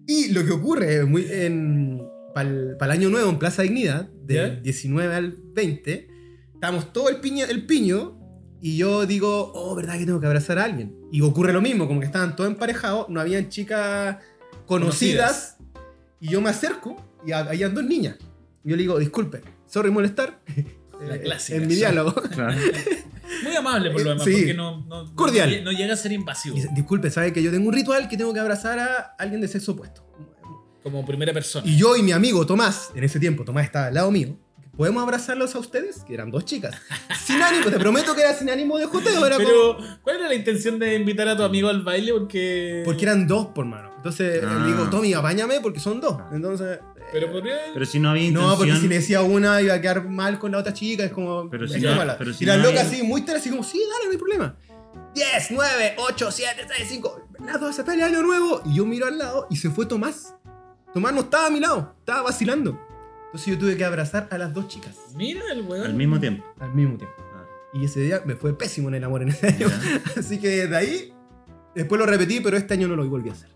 Speaker 2: Y lo que ocurre muy en para el, año nuevo en Plaza Dignidad, del
Speaker 1: ¿Ya?
Speaker 2: 19 al 20, estamos todo el piño, el piño y yo digo, oh, ¿verdad que tengo que abrazar a alguien? Y ocurre lo mismo, como que estaban todos emparejados, no habían chicas conocidas, y yo me acerco y ha- habían dos niñas. Yo le digo, disculpe, sorry molestar.
Speaker 1: La
Speaker 2: eh,
Speaker 1: clásica,
Speaker 2: En mi
Speaker 1: sí.
Speaker 2: diálogo.
Speaker 3: Claro.
Speaker 1: muy amable por lo demás,
Speaker 2: Sí.
Speaker 1: porque no, no-
Speaker 2: Cordial.
Speaker 1: no- no llega a ser invasivo.
Speaker 2: Y dice, disculpe, sabe que yo tengo un ritual que tengo que abrazar a alguien de sexo opuesto.
Speaker 1: Como primera persona.
Speaker 2: Y yo y mi amigo Tomás, en ese tiempo Tomás estaba al lado mío, ¿podemos abrazarlos a ustedes? Que eran dos chicas. Sin ánimo, te prometo que era sin ánimo de joteo, era como-
Speaker 1: Pero, ¿cuál era la intención de invitar a tu amigo al baile? Porque.
Speaker 2: Porque eran dos por mano. Entonces
Speaker 3: Ah.
Speaker 2: le digo, Tommy, apáñame porque son dos. Entonces.
Speaker 1: Pero podría.
Speaker 3: Pero si no había intención.
Speaker 2: No, porque si le decía a una iba a quedar mal con la otra chica, es como.
Speaker 3: Pero
Speaker 2: es
Speaker 3: si
Speaker 2: como
Speaker 3: no-
Speaker 2: mala.
Speaker 3: pero si
Speaker 2: y la
Speaker 3: no
Speaker 2: loca
Speaker 3: hay-
Speaker 2: así, muy tela, así como, sí, dale, no hay problema. 10, 9, 8, 7, 6, 5. Las 12, feliz año nuevo. Y yo miro al lado y se fue Tomás. Tomás no estaba a mi lado, estaba vacilando. Entonces yo tuve que abrazar a las dos chicas
Speaker 1: Mira el weón.
Speaker 3: Al mismo tiempo.
Speaker 2: al mismo tiempo.
Speaker 3: Ah,
Speaker 2: Y ese día me fue pésimo en el amor en ese año.
Speaker 3: ya.
Speaker 2: Así que de ahí, después lo repetí, pero este año no lo volví a hacer.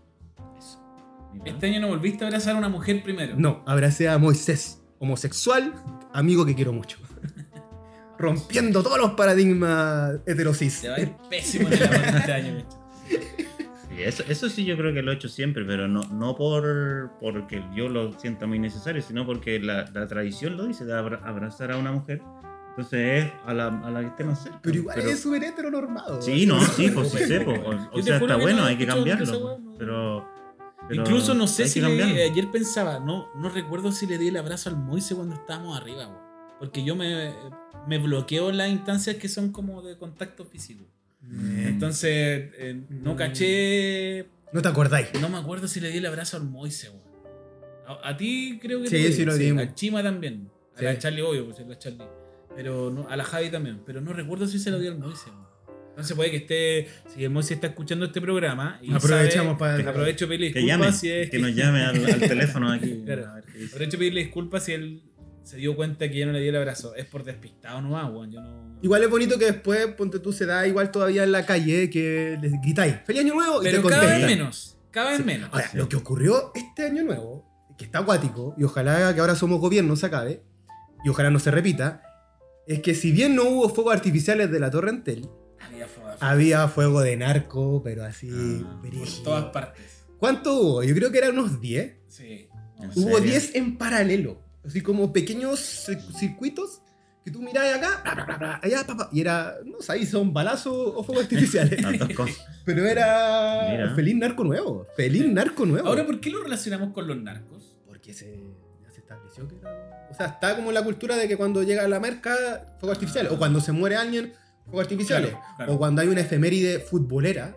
Speaker 1: Este año no volviste a abrazar a una mujer primero.
Speaker 2: No, abracé a Moisés, homosexual, amigo que quiero mucho. Rompiendo todos los paradigmas heterosis.
Speaker 1: Te va a ir pésimo en el amor este año, bicho.
Speaker 3: Sí, eso, eso sí yo creo que lo he hecho siempre, pero no, no por porque yo lo sienta muy necesario, sino porque la, la tradición lo dice, de abra- abrazar a una mujer. Entonces es a la, a la que esté más cerca.
Speaker 2: Pero igual es súper heteronormado.
Speaker 3: Sí, no, sí, pues sí sé, pues, O, o
Speaker 1: te
Speaker 3: sea,
Speaker 1: juro
Speaker 3: está
Speaker 1: que
Speaker 3: bueno,
Speaker 1: no,
Speaker 3: hay que
Speaker 1: escucho nunca esa
Speaker 3: cambiarlo.
Speaker 1: hueá, no.
Speaker 3: Pero, pero
Speaker 1: Incluso no
Speaker 3: hay
Speaker 1: sé si
Speaker 3: que
Speaker 1: le,
Speaker 3: cambiarlo.
Speaker 1: eh, ayer pensaba, no, no recuerdo si le di el abrazo al Moise cuando estábamos arriba, weón. porque yo me, me bloqueo en las instancias que son como de contacto físico. Entonces, eh, no
Speaker 2: Mm.
Speaker 1: caché,
Speaker 2: No te acordáis.
Speaker 1: no me acuerdo si le di el abrazo al Moise. weón. A, a ti creo que
Speaker 2: Sí,
Speaker 1: te di,
Speaker 2: sí lo dimos.
Speaker 1: A Chima también. A
Speaker 2: Sí.
Speaker 1: la Charlie, obvio, pues a la Charlie. Pero no- a la Javi también. Pero no recuerdo si se lo di al Moise. weón. Entonces puede que esté, si el Moise está escuchando este programa y
Speaker 2: Aprovechamos
Speaker 1: sabe-
Speaker 2: para.
Speaker 1: Aprovecho pedirle
Speaker 3: Que
Speaker 1: disculpas
Speaker 3: llame,
Speaker 1: si es
Speaker 3: que nos llame al, al teléfono aquí.
Speaker 1: Claro.
Speaker 3: a ver qué dice.
Speaker 1: Aprovecho pedirle disculpas si él se dio cuenta que yo no le di el abrazo. Es por despistado nomás, weón. Yo no.
Speaker 2: Igual es bonito que después, ponte tú, se da igual todavía en la calle que les gritáis ¡Feliz Año Nuevo! y te
Speaker 1: Pero cada
Speaker 2: contestan.
Speaker 1: vez menos. Cada vez menos.
Speaker 2: Ahora, lo que ocurrió este año nuevo, que está acuático, y ojalá que ahora somos gobierno se acabe, y ojalá no se repita, es que si bien no hubo fuegos artificiales de la Torre Entel,
Speaker 1: Había fuga por
Speaker 2: había fuego de narco, pero así.
Speaker 3: Ah,
Speaker 2: ah, brígido.
Speaker 1: todas partes.
Speaker 2: ¿Cuánto hubo? Yo creo que eran unos 10.
Speaker 1: Sí.
Speaker 3: ¿En
Speaker 2: Hubo
Speaker 3: serio?
Speaker 2: 10 en paralelo, así como pequeños cir- circuitos. Que tú mirabas acá, bla, bla, bla, bla, allá, pa, pa, y era, no sé, ahí son balazos o fuegos artificiales.
Speaker 3: Las dos cosas.
Speaker 2: Pero era
Speaker 3: Mira.
Speaker 2: feliz narco nuevo, feliz narco nuevo.
Speaker 1: Ahora, ¿por qué lo relacionamos con los narcos?
Speaker 2: Porque se, ya se estableció que era- O sea, está como la cultura de que cuando llega la marca, fuego artificial. O cuando se muere alguien, fuego artificiales.
Speaker 1: Claro, claro.
Speaker 2: O cuando hay una efeméride futbolera,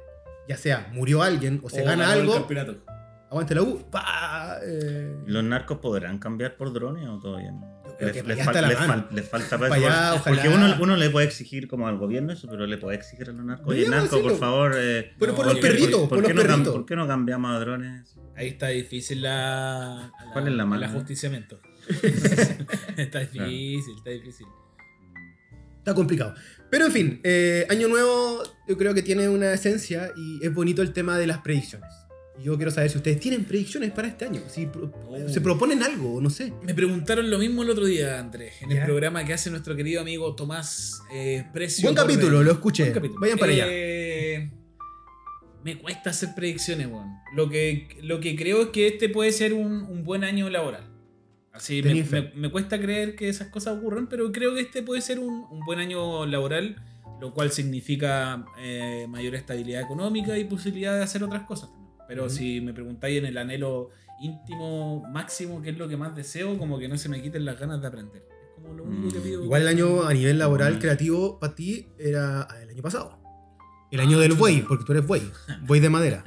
Speaker 2: ya sea murió alguien o se gana
Speaker 1: ganó el
Speaker 2: algo,
Speaker 1: campeonato.
Speaker 2: aguante la U, pa, eh,
Speaker 3: ¿Los narcos podrán cambiar por drones o todavía no?
Speaker 2: Yo creo
Speaker 3: Les,
Speaker 2: que
Speaker 3: les
Speaker 2: para allá
Speaker 3: fal-
Speaker 2: está la
Speaker 3: les
Speaker 2: mano.
Speaker 3: fal- les falta
Speaker 2: para allá, ojalá.
Speaker 3: Porque uno, uno le puede exigir como al gobierno eso, pero le puede exigir a los narcos. Oye,
Speaker 2: Deberíamos
Speaker 3: narco, por
Speaker 2: decirlo.
Speaker 3: favor. eh,
Speaker 2: Pero por
Speaker 1: No, porque-
Speaker 2: los perritos, por,
Speaker 3: ¿por,
Speaker 2: los
Speaker 3: qué no, cam-
Speaker 2: perritos.
Speaker 3: ¿Por qué no cambiamos a drones?
Speaker 1: Ahí está difícil la.
Speaker 3: ¿Cuál es la mano?
Speaker 1: El ajusticiamiento. está difícil, está difícil.
Speaker 2: Está complicado. Pero en fin, eh, Año Nuevo yo creo que tiene una esencia y es bonito el tema de las predicciones. Y yo quiero saber si ustedes tienen predicciones para este año. Si pro-
Speaker 1: Oh.
Speaker 2: se proponen algo, no sé.
Speaker 1: Me preguntaron lo mismo el otro día, Andrés, en el
Speaker 2: ¿Ya?
Speaker 1: programa que hace nuestro querido amigo Tomás eh, Precio.
Speaker 2: Buen
Speaker 1: Borrell.
Speaker 2: capítulo, lo escuché.
Speaker 1: Eh, Buen capítulo.
Speaker 2: Vayan para allá.
Speaker 1: Eh, Me cuesta hacer predicciones, weón. Lo que, lo que creo es que este puede ser un, un buen año laboral. Así, me,
Speaker 2: Tenís fe.
Speaker 1: me- me cuesta creer que esas cosas ocurran, pero creo que este puede ser un, un buen año laboral, lo cual significa eh, mayor estabilidad económica y posibilidad de hacer otras cosas. Pero
Speaker 2: Ujú.
Speaker 1: si me preguntáis en el anhelo íntimo, máximo, qué es lo que más deseo, como que no se me quiten las ganas de aprender. Es como lo único que
Speaker 3: Mm.
Speaker 1: pido.
Speaker 2: Igual el año a nivel laboral
Speaker 3: Mm.
Speaker 2: creativo para ti era el año pasado. El año del
Speaker 1: chuta.
Speaker 2: buey, porque tú eres buey. Buey de madera.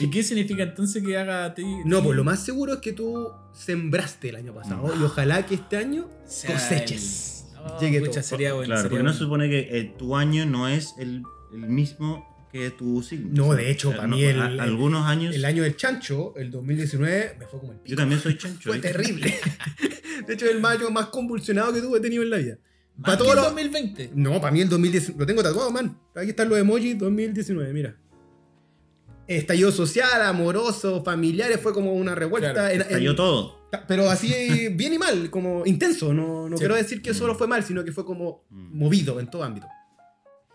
Speaker 1: ¿Y qué significa entonces que haga ti?
Speaker 2: No,
Speaker 1: ti-
Speaker 2: pues lo más seguro es que tú sembraste el año pasado. Y ojalá que este año
Speaker 1: sea
Speaker 2: coseches.
Speaker 1: el- Oh,
Speaker 2: Llegue
Speaker 1: pucha,
Speaker 2: todo.
Speaker 1: sería bueno.
Speaker 3: claro,
Speaker 1: sería
Speaker 3: porque no
Speaker 1: bueno.
Speaker 3: supone que eh, tu año no es el, el mismo que tu signo.
Speaker 2: No, de hecho, para mí el-
Speaker 3: a-
Speaker 2: el-
Speaker 3: algunos años.
Speaker 2: El año del chancho, el 2019, me fue como el
Speaker 3: Yo
Speaker 2: pico.
Speaker 3: también soy chancho.
Speaker 2: Fue
Speaker 3: ¿viste?
Speaker 2: terrible. De hecho, es el mayo más convulsionado que tuve he tenido en la vida.
Speaker 1: Más que
Speaker 2: Para todos
Speaker 1: el
Speaker 2: los-
Speaker 1: 2020.
Speaker 2: No, para mí el 2019. Lo tengo tatuado, man. Aquí están los emojis 2019, mira. Estallido social, amoroso, familiares, fue como una revuelta.
Speaker 1: Claro,
Speaker 2: Era-
Speaker 3: Estalló
Speaker 2: en-
Speaker 3: todo.
Speaker 2: Pero así, bien y mal, como intenso. No, no
Speaker 1: Sí.
Speaker 2: quiero decir que
Speaker 3: Mm.
Speaker 2: solo fue mal, sino que fue como
Speaker 3: Mm.
Speaker 2: movido en todo ámbito.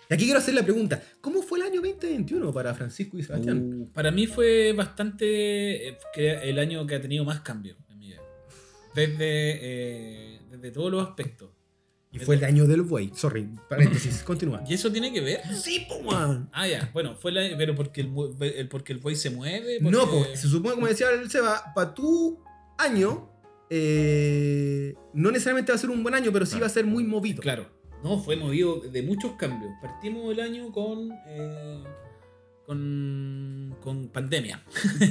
Speaker 2: Y aquí quiero hacer la pregunta: ¿Cómo fue el año 2021 para Francisco y Sebastián?
Speaker 1: Uh, para mí fue bastante eh, que el año que ha tenido más cambio en mi vida. Desde, eh, desde todos los aspectos.
Speaker 2: y fue el año del buey. Sorry, paréntesis, continúa.
Speaker 1: ¿Y eso tiene que ver?
Speaker 3: Uh.
Speaker 2: Sí, po, weón.
Speaker 1: Ah, ya, bueno, fue la- pero porque el, mu- el- porque el buey se mueve.
Speaker 2: No,
Speaker 1: porque-
Speaker 2: pues se supone, como decía el Seba, para tu año, eh, no necesariamente va a ser un buen año, pero sí va a ser muy movido.
Speaker 1: Claro, no, fue movido de muchos cambios. Partimos el año con. eh, con, con pandemia.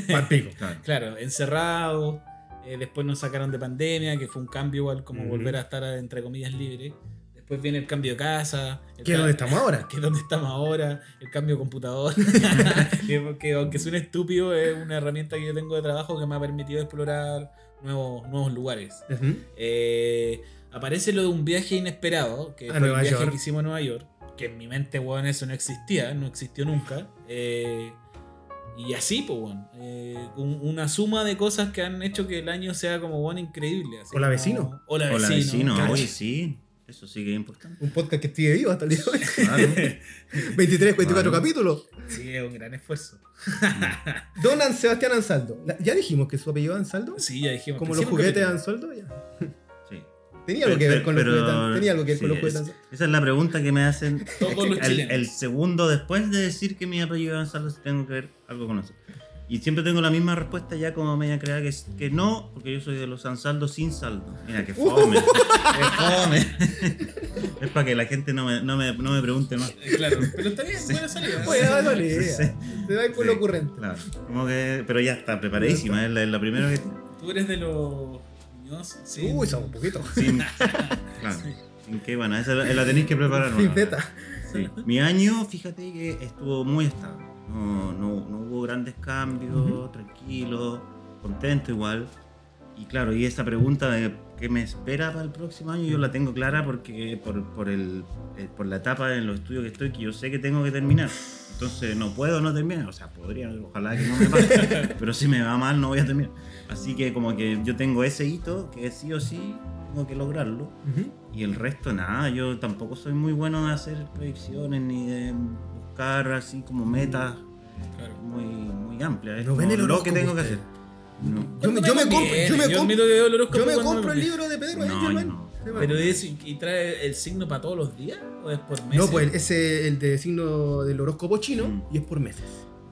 Speaker 2: Pa'l pico.
Speaker 3: Claro.
Speaker 1: Claro, encerrados. eh, después nos sacaron de pandemia, que fue un cambio igual como
Speaker 2: Ujú.
Speaker 1: volver a estar entre comillas libre. Después viene el cambio de casa. el
Speaker 2: Que
Speaker 1: ca-
Speaker 2: es donde estamos ahora.
Speaker 1: que es donde estamos ahora, el cambio de computador, que, que aunque suene estúpido, es una herramienta que yo tengo de trabajo que me ha permitido explorar nuevos, nuevos lugares.
Speaker 2: Ujú.
Speaker 1: Eh, aparece lo de un viaje inesperado, que
Speaker 2: A
Speaker 1: fue
Speaker 2: Nueva
Speaker 1: el viaje
Speaker 2: York.
Speaker 1: que hicimos a Nueva York, que en mi mente, weón, eso no existía, no existió nunca. Eh, y así, pues, weón, eh, un- una suma de cosas que han hecho que el año sea como, weón, increíble. así
Speaker 2: Hola,
Speaker 1: como-
Speaker 2: vecino.
Speaker 1: Hola,
Speaker 3: Hola,
Speaker 1: vecino.
Speaker 3: vecino.
Speaker 1: Cacha.
Speaker 3: Oye, sí. Eso sí que es importante.
Speaker 2: Un podcast que sigue vivo hasta el día de hoy.
Speaker 3: Claro.
Speaker 2: 23, 24
Speaker 3: Claro.
Speaker 2: capítulos.
Speaker 1: Sí, es un gran esfuerzo.
Speaker 2: Don An- Sebastián Ansaldo. La- ¿Ya dijimos que su apellido es Ansaldo?
Speaker 1: Sí, ya dijimos.
Speaker 2: Como
Speaker 1: que
Speaker 2: los
Speaker 1: siempre
Speaker 2: juguetes de
Speaker 1: repetimos.
Speaker 2: Ansaldo. ya.
Speaker 3: Sí.
Speaker 2: Tenía algo que ver con los
Speaker 3: Pero-
Speaker 2: juguetes An- Tenía algo que ver
Speaker 3: sí,
Speaker 2: con los juguetes
Speaker 3: es-
Speaker 2: Ansaldo.
Speaker 3: Esa es la pregunta que me hacen
Speaker 1: Todos los
Speaker 3: el,
Speaker 1: chilenos.
Speaker 3: el segundo después de decir que mi apellido es Gonzalo tengo que ver algo con eso. Y siempre tengo la misma respuesta ya como media creada que, es- que no, porque yo soy de los Ansaldo sin saldo. Mira, que fome. que fome. es para que la gente no me, no me, no me pregunte más.
Speaker 1: eh, Claro, pero está bien, buena salida.
Speaker 2: Oye, dame la idea.
Speaker 3: Sí,
Speaker 2: Te va a ir por lo
Speaker 3: sí,
Speaker 2: ocurrente.
Speaker 3: Claro. Como que, pero ya está preparadísima, es la, es la primera que...
Speaker 1: Tú eres de los niños, sí.
Speaker 2: Uy, somos poquito.
Speaker 3: Sin, claro, sin que, bueno, esa la, la tenéis que preparar.
Speaker 2: Sin
Speaker 3: bueno.
Speaker 2: beta.
Speaker 3: Sí. Mi año, fíjate que estuvo muy estable. No, no- no hubo grandes cambios, tranquilo, contento igual. Y claro, y esa pregunta de qué me espera para el próximo año, yo la tengo clara porque por, por el, eh, por la etapa en los estudios que estoy, que yo sé que tengo que terminar. Entonces no puedo no terminar. O sea, podría, ojalá que no me pase. pero si me va mal, no voy a terminar. Así que como que yo tengo ese hito que sí o sí tengo que lograrlo.
Speaker 2: Ujú.
Speaker 3: Y el resto nada, yo tampoco soy muy bueno de hacer predicciones ni de buscar así como metas
Speaker 1: Claro.
Speaker 3: muy, muy amplias. Es
Speaker 2: No ven
Speaker 3: como
Speaker 2: el
Speaker 3: lo que
Speaker 2: horóscopo
Speaker 3: tengo que
Speaker 2: usted.
Speaker 3: hacer. No,
Speaker 2: Yo me, yo me compro, yo me compro,
Speaker 1: admito que veo el horóscopo
Speaker 2: yo me
Speaker 1: cuando
Speaker 2: compro el
Speaker 1: conviene.
Speaker 2: libro de Pedro
Speaker 3: No,
Speaker 2: Angelman.
Speaker 3: no.
Speaker 2: Se va.
Speaker 1: Pero es, ¿y trae el signo para todos los días? ¿O es por meses?
Speaker 2: No, pues ese es el de signo del horóscopo chino
Speaker 3: Mm.
Speaker 2: y es por meses.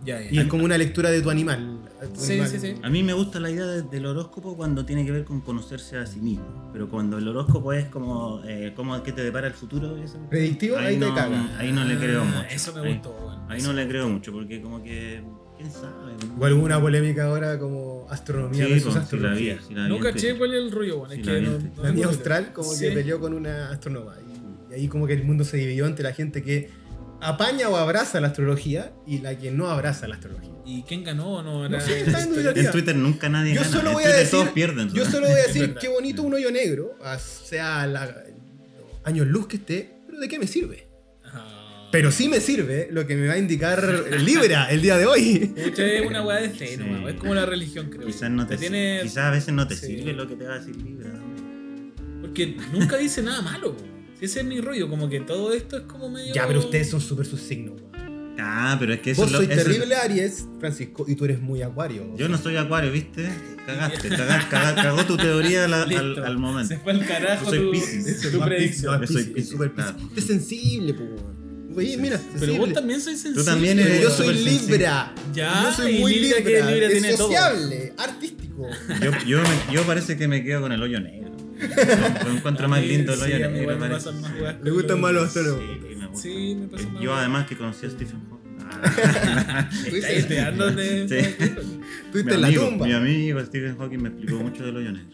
Speaker 1: Ya, ya.
Speaker 2: Y es como una lectura de tu animal. tu
Speaker 1: Sí,
Speaker 2: animal.
Speaker 1: sí, sí.
Speaker 3: A mí me gusta la idea de- del horóscopo cuando tiene que ver con conocerse a sí mismo. Pero cuando el horóscopo es como, eh, cómo que te depara el futuro, y eso,
Speaker 2: Predictivo, ahí, te
Speaker 3: no,
Speaker 2: caga.
Speaker 3: ahí no le creo
Speaker 1: Ah,
Speaker 3: mucho.
Speaker 1: Eso me
Speaker 3: Ahí-
Speaker 1: gustó, bueno.
Speaker 3: Ahí no le creo mucho porque como que, quién sabe.
Speaker 2: Igual hubo una polémica ahora como astronomía
Speaker 3: Sí,
Speaker 2: versus
Speaker 3: pues, sí la vi,
Speaker 2: astrología.
Speaker 3: sí la vi
Speaker 1: No
Speaker 3: en
Speaker 1: caché
Speaker 3: Twitter.
Speaker 1: cuál es el rollo, bueno.
Speaker 3: Sí,
Speaker 1: es
Speaker 3: la
Speaker 1: que no,
Speaker 3: vi.
Speaker 1: no
Speaker 2: la
Speaker 1: me
Speaker 2: mía
Speaker 1: acuerdo.
Speaker 2: austral como
Speaker 1: Sí.
Speaker 2: que peleó con una astrónoma. Y, y ahí como que el mundo se dividió entre la gente que apaña o abraza la astrología y la que no abraza la astrología.
Speaker 1: ¿Y quién ganó o no?
Speaker 2: No
Speaker 1: Era-
Speaker 2: sé, está en duda.
Speaker 3: En Twitter nunca nadie
Speaker 2: Yo
Speaker 3: gana.
Speaker 2: solo
Speaker 3: en
Speaker 2: voy a
Speaker 3: Twitter
Speaker 2: decir-
Speaker 3: todos pierden.
Speaker 2: Yo solo voy a
Speaker 1: Es
Speaker 2: decir
Speaker 1: verdad.
Speaker 2: qué bonito un hoyo negro, a- sea la, años luz que esté, pero ¿de qué me sirve?
Speaker 1: Ah.
Speaker 2: Pero sí me sirve lo que me va a indicar Libra el día de hoy.
Speaker 1: Pucha, es una weá de fe,
Speaker 3: Sí.
Speaker 1: nomás. Es como la religión, creo.
Speaker 3: Quizás, no te
Speaker 1: Te tiene-
Speaker 3: sirve, quizás a veces no te
Speaker 1: Sí.
Speaker 3: sirve lo que te va a decir Libra. ¿no?
Speaker 1: Porque nunca dice nada malo, po. Si Ese es mi rollo, como que todo esto es como medio.
Speaker 2: Ya, pero ustedes son súper sus signos, weón.
Speaker 3: Ah, pero es que eso
Speaker 2: Vos
Speaker 3: es lo-
Speaker 2: sois
Speaker 3: eso es-
Speaker 2: terrible Aries, Francisco, y tú eres muy acuario.
Speaker 3: Yo no soy acuario, ¿viste? Cagaste, cagaste, cagó tu teoría a la- al,
Speaker 1: Listo.
Speaker 3: al
Speaker 1: Se
Speaker 3: momento.
Speaker 1: fue al carajo
Speaker 3: Yo soy
Speaker 1: tu,
Speaker 3: Piscis.
Speaker 1: tu
Speaker 2: Soy
Speaker 1: predicción.
Speaker 2: más Piscis,
Speaker 3: Yo
Speaker 2: más
Speaker 3: soy
Speaker 2: Piscis, súper
Speaker 3: Piscis,
Speaker 2: Piscis. Usted es sensible, po. weón. Oye, mira,
Speaker 1: Pero
Speaker 2: sensible.
Speaker 1: vos también sois sensible.
Speaker 3: también
Speaker 2: Pero
Speaker 3: eres-
Speaker 2: yo
Speaker 1: weón.
Speaker 2: soy
Speaker 3: súper sensible.
Speaker 2: Libra.
Speaker 1: Ya,
Speaker 2: yo soy
Speaker 1: y
Speaker 2: muy
Speaker 1: Libra, que
Speaker 2: Libra.
Speaker 1: Libra
Speaker 2: es
Speaker 1: tiene todo.
Speaker 2: sociable, artístico.
Speaker 3: Yo, yo, me- yo parece que me quedo con el hoyo negro. Lo encuentro más
Speaker 1: Sí,
Speaker 3: lindo el hoyo
Speaker 1: sí, a mí
Speaker 3: negro.
Speaker 1: igual me
Speaker 3: parece.
Speaker 1: pasan más weas con
Speaker 2: Le gustan
Speaker 1: los-
Speaker 2: más los astros.
Speaker 3: Sí, me gusta.
Speaker 1: Sí, me pasa más
Speaker 3: Yo
Speaker 1: weas.
Speaker 3: además que conocí a Stephen Hawking. Ah.
Speaker 1: Está ahí esperando de-
Speaker 3: Sí.
Speaker 2: Estuviste
Speaker 3: Mi
Speaker 2: en la
Speaker 3: amigo,
Speaker 2: tumba.
Speaker 3: Mi amigo Stephen Hawking me explicó mucho del hoyo negro.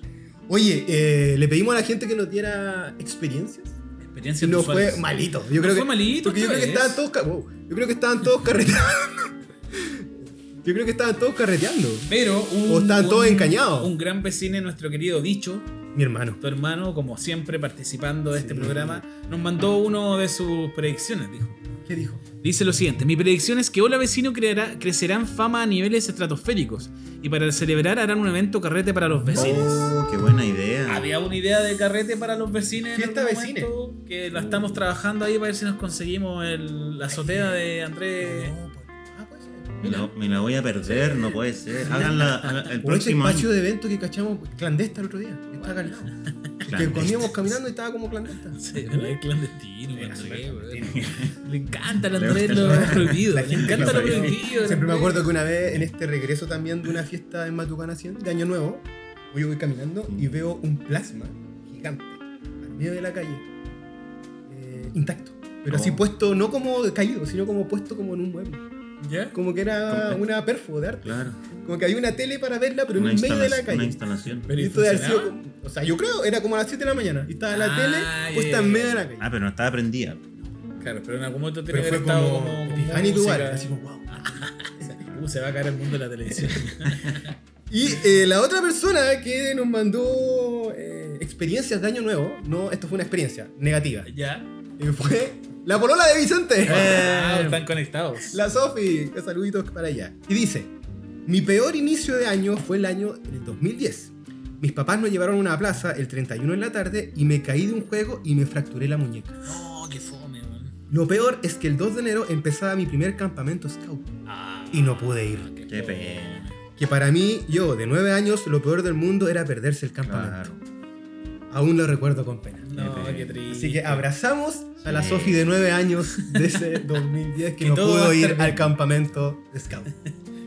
Speaker 2: Oye, eh, le pedimos a la gente que nos diera experiencias.
Speaker 1: Experiencias
Speaker 2: no
Speaker 1: sexuales.
Speaker 2: fue malito. Yo creo
Speaker 1: No
Speaker 2: que,
Speaker 1: fue malito pues.
Speaker 2: Porque yo
Speaker 1: esta
Speaker 2: creo que
Speaker 1: vez.
Speaker 2: estaban todos. ca- wow. yo creo que estaban todos carreteando. yo creo que estaban todos carreteando.
Speaker 1: Pero un,
Speaker 2: O estaban
Speaker 1: un-
Speaker 2: todos encañados.
Speaker 1: Un gran vecino, nuestro querido Dicho,
Speaker 2: Mi hermano.
Speaker 1: tu hermano, como siempre participando de este
Speaker 2: Sí.
Speaker 1: programa, nos mandó uno de sus predicciones, dijo.
Speaker 2: ¿Qué dijo?
Speaker 1: Dice lo siguiente, mi predicción es que Hola Vecino creará, crecerá en fama a niveles estratosféricos y para celebrar harán un evento carrete para los vecinos.
Speaker 3: Oh, qué buena idea.
Speaker 1: Había una idea de carrete para los vecinos en
Speaker 2: Fiesta
Speaker 1: algún
Speaker 2: vecine.
Speaker 1: momento, que la estamos trabajando ahí para ver si nos conseguimos el- la azotea de Andrés.
Speaker 2: Ah, pues,
Speaker 3: Me la, me la voy a perder, no puede ser. Háganla háganla el
Speaker 2: O ese
Speaker 3: próximo
Speaker 2: espacio
Speaker 3: año.
Speaker 2: de evento que cachamos clandesta el otro día. que Estaba al lado. Que
Speaker 3: Clandestino.
Speaker 2: comíamos caminando y estaba como clandesta.
Speaker 1: Sí, es clandestino,
Speaker 2: Era
Speaker 1: Andrés,
Speaker 2: súper
Speaker 1: weón. Le encanta al
Speaker 3: Le
Speaker 1: Andrés
Speaker 3: gusta
Speaker 1: lo
Speaker 3: la-
Speaker 1: prohibido.
Speaker 2: la
Speaker 1: Le
Speaker 2: gente
Speaker 1: encanta
Speaker 3: lo
Speaker 1: lo
Speaker 3: prohibido.
Speaker 1: prohibido.
Speaker 2: Siempre me acuerdo que una vez en este regreso también de una fiesta en Matucana 100 de Año Nuevo, yo voy caminando
Speaker 3: Mm.
Speaker 2: y veo un plasma gigante al medio de la calle, eh, intacto. Pero así
Speaker 3: Oh.
Speaker 2: puesto, no como caído, sino como puesto como en un mueble.
Speaker 1: ¿Ya?
Speaker 2: Como que era
Speaker 3: Completo.
Speaker 2: una perfo de arte.
Speaker 3: Claro.
Speaker 2: Como que había una tele para verla, pero en
Speaker 3: este. Una,
Speaker 2: el medio de la
Speaker 3: instalación, una
Speaker 2: calle.
Speaker 3: instalación.
Speaker 1: Pero
Speaker 2: Y
Speaker 1: ¿y
Speaker 2: esto debe haber sido
Speaker 1: funcionaba?
Speaker 2: como- o sea, yo creo, era como a las 7 de la mañana. Y estaba la
Speaker 1: Ah,
Speaker 2: tele
Speaker 1: ya,
Speaker 2: puesta
Speaker 1: ya,
Speaker 2: en
Speaker 1: ya.
Speaker 2: medio de la calle.
Speaker 3: Ah, pero no estaba prendida.
Speaker 1: Claro, pero en algún momento tiene
Speaker 2: pero
Speaker 1: que haber
Speaker 2: fue
Speaker 1: estado
Speaker 2: como,
Speaker 1: como. con
Speaker 2: epifánico
Speaker 1: música.
Speaker 2: igual. Así como, wow.
Speaker 1: Uh, se va a caer el mundo de la televisión.
Speaker 2: Y eh, la otra persona que nos mandó eh, experiencias de año nuevo, no, esto fue una experiencia negativa,
Speaker 1: ya.
Speaker 2: eh, fue la polola de Vicente,
Speaker 1: Ah, están conectados.
Speaker 2: Eh. la Sofi, saluditos para ella. Y dice, mi peor inicio de año fue el año del 2010. Mis papás nos llevaron a una plaza el 31 en la tarde y me caí de un juego y me fracturé la muñeca.
Speaker 1: No, qué fome, man.
Speaker 2: Lo peor es que el 2 de enero empezaba mi primer campamento scout
Speaker 1: Ah,
Speaker 2: y no pude ir.
Speaker 3: Qué pena.
Speaker 2: Que para mí, yo de 9 años, lo peor del mundo era perderse el campamento.
Speaker 3: Claro.
Speaker 2: Aún lo recuerdo con pena.
Speaker 1: No,
Speaker 3: Qué pena.
Speaker 1: qué triste.
Speaker 2: Así que abrazamos a la
Speaker 3: Sí.
Speaker 2: Sofi de 9 años de ese 2010 que,
Speaker 1: Que
Speaker 2: no
Speaker 1: todo va
Speaker 2: pudo
Speaker 1: a
Speaker 2: ir
Speaker 1: estar bien.
Speaker 2: al campamento de Scout.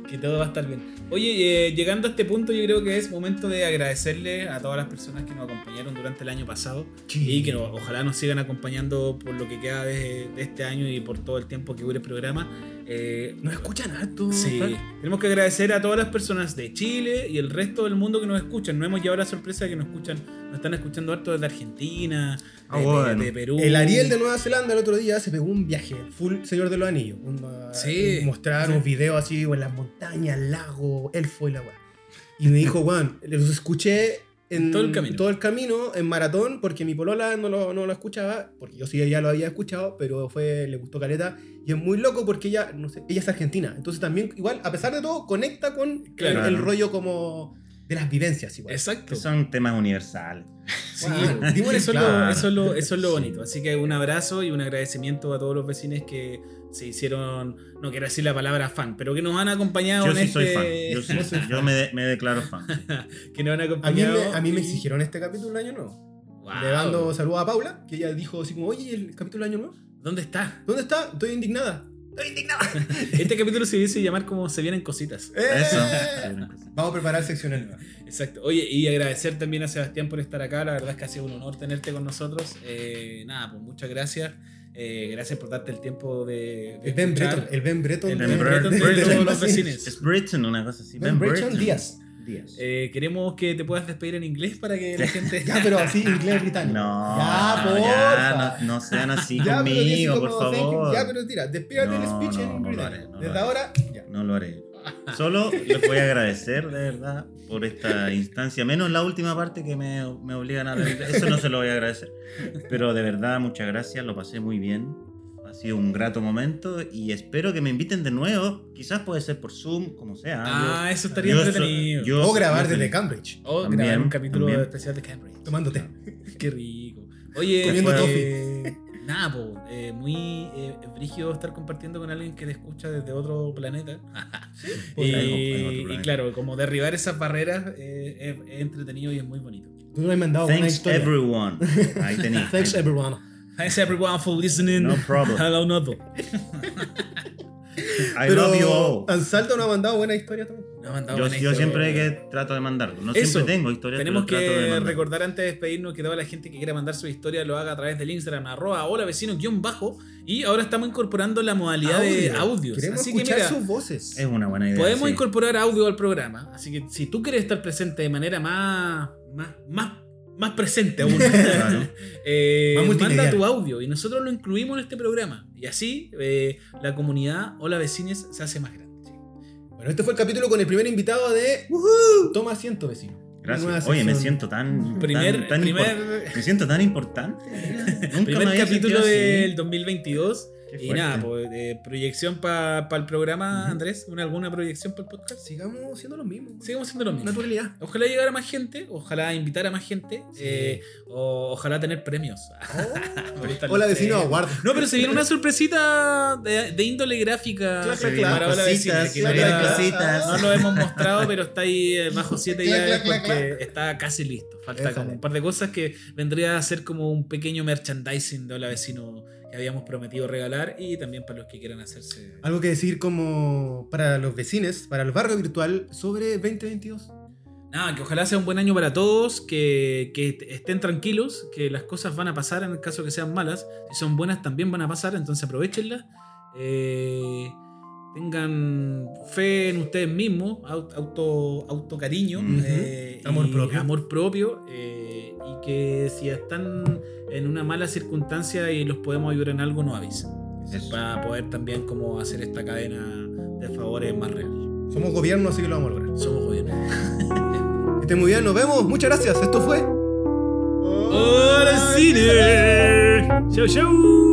Speaker 1: Que todo va a estar bien. Oye, eh, llegando a este punto, yo creo que es momento de agradecerle a todas las personas que nos acompañaron durante el año pasado. Y que no- ojalá nos sigan acompañando por lo que queda de, de este año y por todo el tiempo que dure el programa. Eh,
Speaker 2: Nos escuchan harto.
Speaker 1: sí,
Speaker 2: Fran.
Speaker 1: tenemos que agradecer a todas las personas de Chile y el resto del mundo que nos escuchan. No hemos llevado la sorpresa de que nos escuchan, nos están escuchando harto desde Argentina,
Speaker 3: Ah,
Speaker 1: de, de-
Speaker 3: bueno.
Speaker 1: de Perú.
Speaker 2: El Ariel de Nueva Zelanda el otro día se pegó un viaje full Señor de los Anillos. Onda,
Speaker 1: Sí.
Speaker 2: eh, Mostrar
Speaker 1: Sí.
Speaker 2: unos videos así o en las montañas, lago, elfo y la weá. Y me dijo, Juan, los escuché en
Speaker 1: Todo el camino.
Speaker 2: todo el camino, en maratón, porque mi polola no lo, no lo escuchaba, porque yo sí ya lo había escuchado, pero fue, le gustó Caleta. Y es muy loco porque ella, no sé, ella es argentina. Entonces también, igual, a pesar de todo, conecta con el-
Speaker 1: Claro.
Speaker 2: el, rollo como de las vivencias igual.
Speaker 1: Exacto.
Speaker 3: Que son temas universales.
Speaker 1: Sí,
Speaker 2: Wow.
Speaker 1: digo, eso, es lo,
Speaker 3: Claro.
Speaker 1: eso es lo- eso es lo bonito. Así que un abrazo y un agradecimiento a todos los vecinos que se hicieron, no quiero decir la palabra fan, pero que nos han acompañado
Speaker 3: Yo
Speaker 1: en
Speaker 3: sí
Speaker 1: este,
Speaker 3: soy fan. Yo, sí, yo me, de- me declaro fan.
Speaker 1: que nos han
Speaker 2: A mí,
Speaker 1: acompañado.
Speaker 2: me, a mí me
Speaker 1: y-
Speaker 2: exigieron este capítulo el año nuevo.
Speaker 1: Wow.
Speaker 2: Le mando saludos a Paula, que ella dijo así como, oye, el capítulo del año nuevo.
Speaker 1: ¿Dónde está?
Speaker 2: ¿Dónde está? Estoy indignada. Estoy indignada.
Speaker 1: Este capítulo se dice llamar como se vienen cositas.
Speaker 2: ¡Eh!
Speaker 3: Eso.
Speaker 2: Vamos a preparar secciones nuevas.
Speaker 1: Exacto. Oye, y agradecer también a Sebastián por estar acá. La verdad es que ha sido un honor tenerte con nosotros. Eh, nada, pues muchas gracias. Eh, gracias por darte el tiempo de, de
Speaker 2: El Ben
Speaker 1: escuchar.
Speaker 2: Breton. El Ben Breton.
Speaker 1: El
Speaker 2: de-
Speaker 1: Ben Breton de
Speaker 2: de- de-
Speaker 1: todos
Speaker 2: de-
Speaker 1: los vecinos.
Speaker 3: Es Britain, una cosa así.
Speaker 2: Ben Breton Díaz.
Speaker 3: Díaz.
Speaker 1: Eh, queremos que te puedas despedir en inglés para que la gente...
Speaker 2: Ya, pero así, inglés británico.
Speaker 3: No,
Speaker 2: Ya,
Speaker 3: no,
Speaker 2: porfa.
Speaker 3: ya, no, no sean así
Speaker 2: Ya, pero di así
Speaker 3: conmigo,
Speaker 2: como,
Speaker 3: por
Speaker 2: "Thank you".
Speaker 3: favor.
Speaker 2: Ya, pero tira, despídate del
Speaker 3: No,
Speaker 2: speech
Speaker 3: no,
Speaker 2: en
Speaker 3: no lo
Speaker 2: británico.
Speaker 3: haré, no lo
Speaker 2: Desde
Speaker 3: haré.
Speaker 2: ahora, ya.
Speaker 3: No lo haré. Solo les voy a agradecer, de verdad, por esta instancia. Menos la última parte que me, me obligan a hablar inglés. Eso no se lo voy a agradecer. Pero de verdad, muchas gracias. Lo pasé muy bien. Ha sido un grato momento y espero que me inviten de nuevo. Quizás puede ser por Zoom, como sea.
Speaker 1: Ah, eso
Speaker 3: Yo-
Speaker 1: estaría
Speaker 3: yo
Speaker 1: entretenido.
Speaker 3: so- yo
Speaker 2: O
Speaker 3: soy
Speaker 2: grabar
Speaker 3: muy
Speaker 2: desde
Speaker 3: feliz.
Speaker 2: Cambridge,
Speaker 1: o
Speaker 3: también,
Speaker 1: grabar un capítulo
Speaker 3: también.
Speaker 1: especial de Cambridge.
Speaker 2: tomando té,
Speaker 1: Qué rico. Oye,
Speaker 2: comiendo
Speaker 1: eh,
Speaker 2: toffee.
Speaker 1: Nada, po, eh, muy eh, brígido estar compartiendo con alguien que te escucha desde otro planeta.
Speaker 2: Pues,
Speaker 1: y,
Speaker 3: algo, algo otro
Speaker 1: y
Speaker 3: planeta.
Speaker 1: claro, como derribar esas barreras eh, es, es entretenido y es muy bonito.
Speaker 2: Tú no me has mandado una
Speaker 3: Thanks
Speaker 2: historia.
Speaker 3: everyone. Ahí tenéis.
Speaker 2: Thanks everyone.
Speaker 1: Thanks everyone for listening.
Speaker 3: No problem.
Speaker 1: Hello, Noto.
Speaker 3: I
Speaker 2: Pero
Speaker 3: love you all.
Speaker 2: Ansaldo nos ha mandado buena historia también.
Speaker 1: Nos ha mandado
Speaker 3: Yo,
Speaker 1: buena
Speaker 3: yo
Speaker 1: historia.
Speaker 3: siempre que trato de mandarlo. No
Speaker 1: Eso.
Speaker 3: siempre tengo historias.
Speaker 1: Tenemos
Speaker 3: pero trato de
Speaker 1: que
Speaker 3: mandarlo.
Speaker 1: recordar antes de despedirnos que toda la gente que quiera mandar su historia lo haga a través del Instagram, arroba hola vecino guión bajo. Y ahora estamos incorporando la modalidad de audios.
Speaker 2: Queremos
Speaker 1: Así que
Speaker 2: escuchar
Speaker 1: mira,
Speaker 2: sus voces.
Speaker 3: Es una buena idea.
Speaker 1: podemos
Speaker 3: sí.
Speaker 1: incorporar audio al programa. Así que si tú quieres estar presente de manera más, más, más, más presente aún,
Speaker 3: Claro.
Speaker 1: eh,
Speaker 2: Más multimedial.
Speaker 1: manda tu audio y nosotros lo incluimos en este programa. Y así eh, la comunidad hola vecines se hace más grande.
Speaker 2: Bueno, este fue el capítulo con el primer invitado de Toma asiento, vecino. Una
Speaker 3: Gracias.
Speaker 2: nueva
Speaker 3: Oye, me
Speaker 2: sección.
Speaker 3: siento tan.
Speaker 1: Primer,
Speaker 3: tan- tan impor-
Speaker 1: primer,
Speaker 3: Me siento tan importante. Nunca me
Speaker 1: primer
Speaker 3: había
Speaker 1: capítulo
Speaker 3: sentido así.
Speaker 1: del 2022.
Speaker 3: Qué
Speaker 1: Y
Speaker 3: fuerte.
Speaker 1: nada, pues, eh, proyección para el programa,
Speaker 2: Ujú.
Speaker 1: Andrés. ¿Una, ¿Alguna proyección para el podcast?
Speaker 2: Sigamos siendo los mismos.
Speaker 1: Sigamos haciendo lo mismo.
Speaker 2: Naturalidad.
Speaker 1: Ojalá llegara más gente, ojalá invitar a más gente,
Speaker 2: Sí. Oh.
Speaker 1: eh, o- ojalá tener premios. Me gustan
Speaker 2: Hola,
Speaker 1: los
Speaker 2: vecino,
Speaker 1: premios.
Speaker 2: aguarda.
Speaker 1: No, pero se viene una sorpresita de, de índole gráfica
Speaker 2: Claro,
Speaker 1: sí,
Speaker 2: claro,
Speaker 1: para Hola Vecino,
Speaker 3: cositas,
Speaker 1: que
Speaker 2: claro,
Speaker 1: todavía
Speaker 2: claro,
Speaker 1: No
Speaker 3: cositas.
Speaker 1: lo hemos mostrado, pero está ahí eh, bajo 7
Speaker 2: Claro,
Speaker 1: llaves
Speaker 2: claro,
Speaker 1: porque está casi listo. Falta
Speaker 2: Déjale.
Speaker 1: como un par de cosas que vendría a ser como un pequeño merchandising de Hola Vecino que habíamos prometido regalar y también para los que quieran hacerse.
Speaker 2: Algo que decir como para los vecinos, para el barrio virtual sobre 2022.
Speaker 1: Nada, que ojalá sea un buen año para todos, que, que est- estén tranquilos, que las cosas van a pasar en el caso que sean malas. Si son buenas también van a pasar, entonces aprovechenlas. Eh, tengan fe en ustedes mismos, au- auto, autocariño,
Speaker 3: Ujú.
Speaker 1: eh,
Speaker 2: Amor
Speaker 1: y
Speaker 2: propio.
Speaker 1: amor propio, eh, y que si están en una mala circunstancia y los podemos ayudar en algo, nos avisen.
Speaker 3: Eso.
Speaker 1: pues, Para poder también como hacer esta cadena de favores más real.
Speaker 2: Somos gobierno, así que lo vamos a lograr.
Speaker 1: Somos gobierno.
Speaker 2: Que estén muy bien, nos vemos. Muchas gracias. Esto fue.
Speaker 1: Hola, cine! Chau, chau!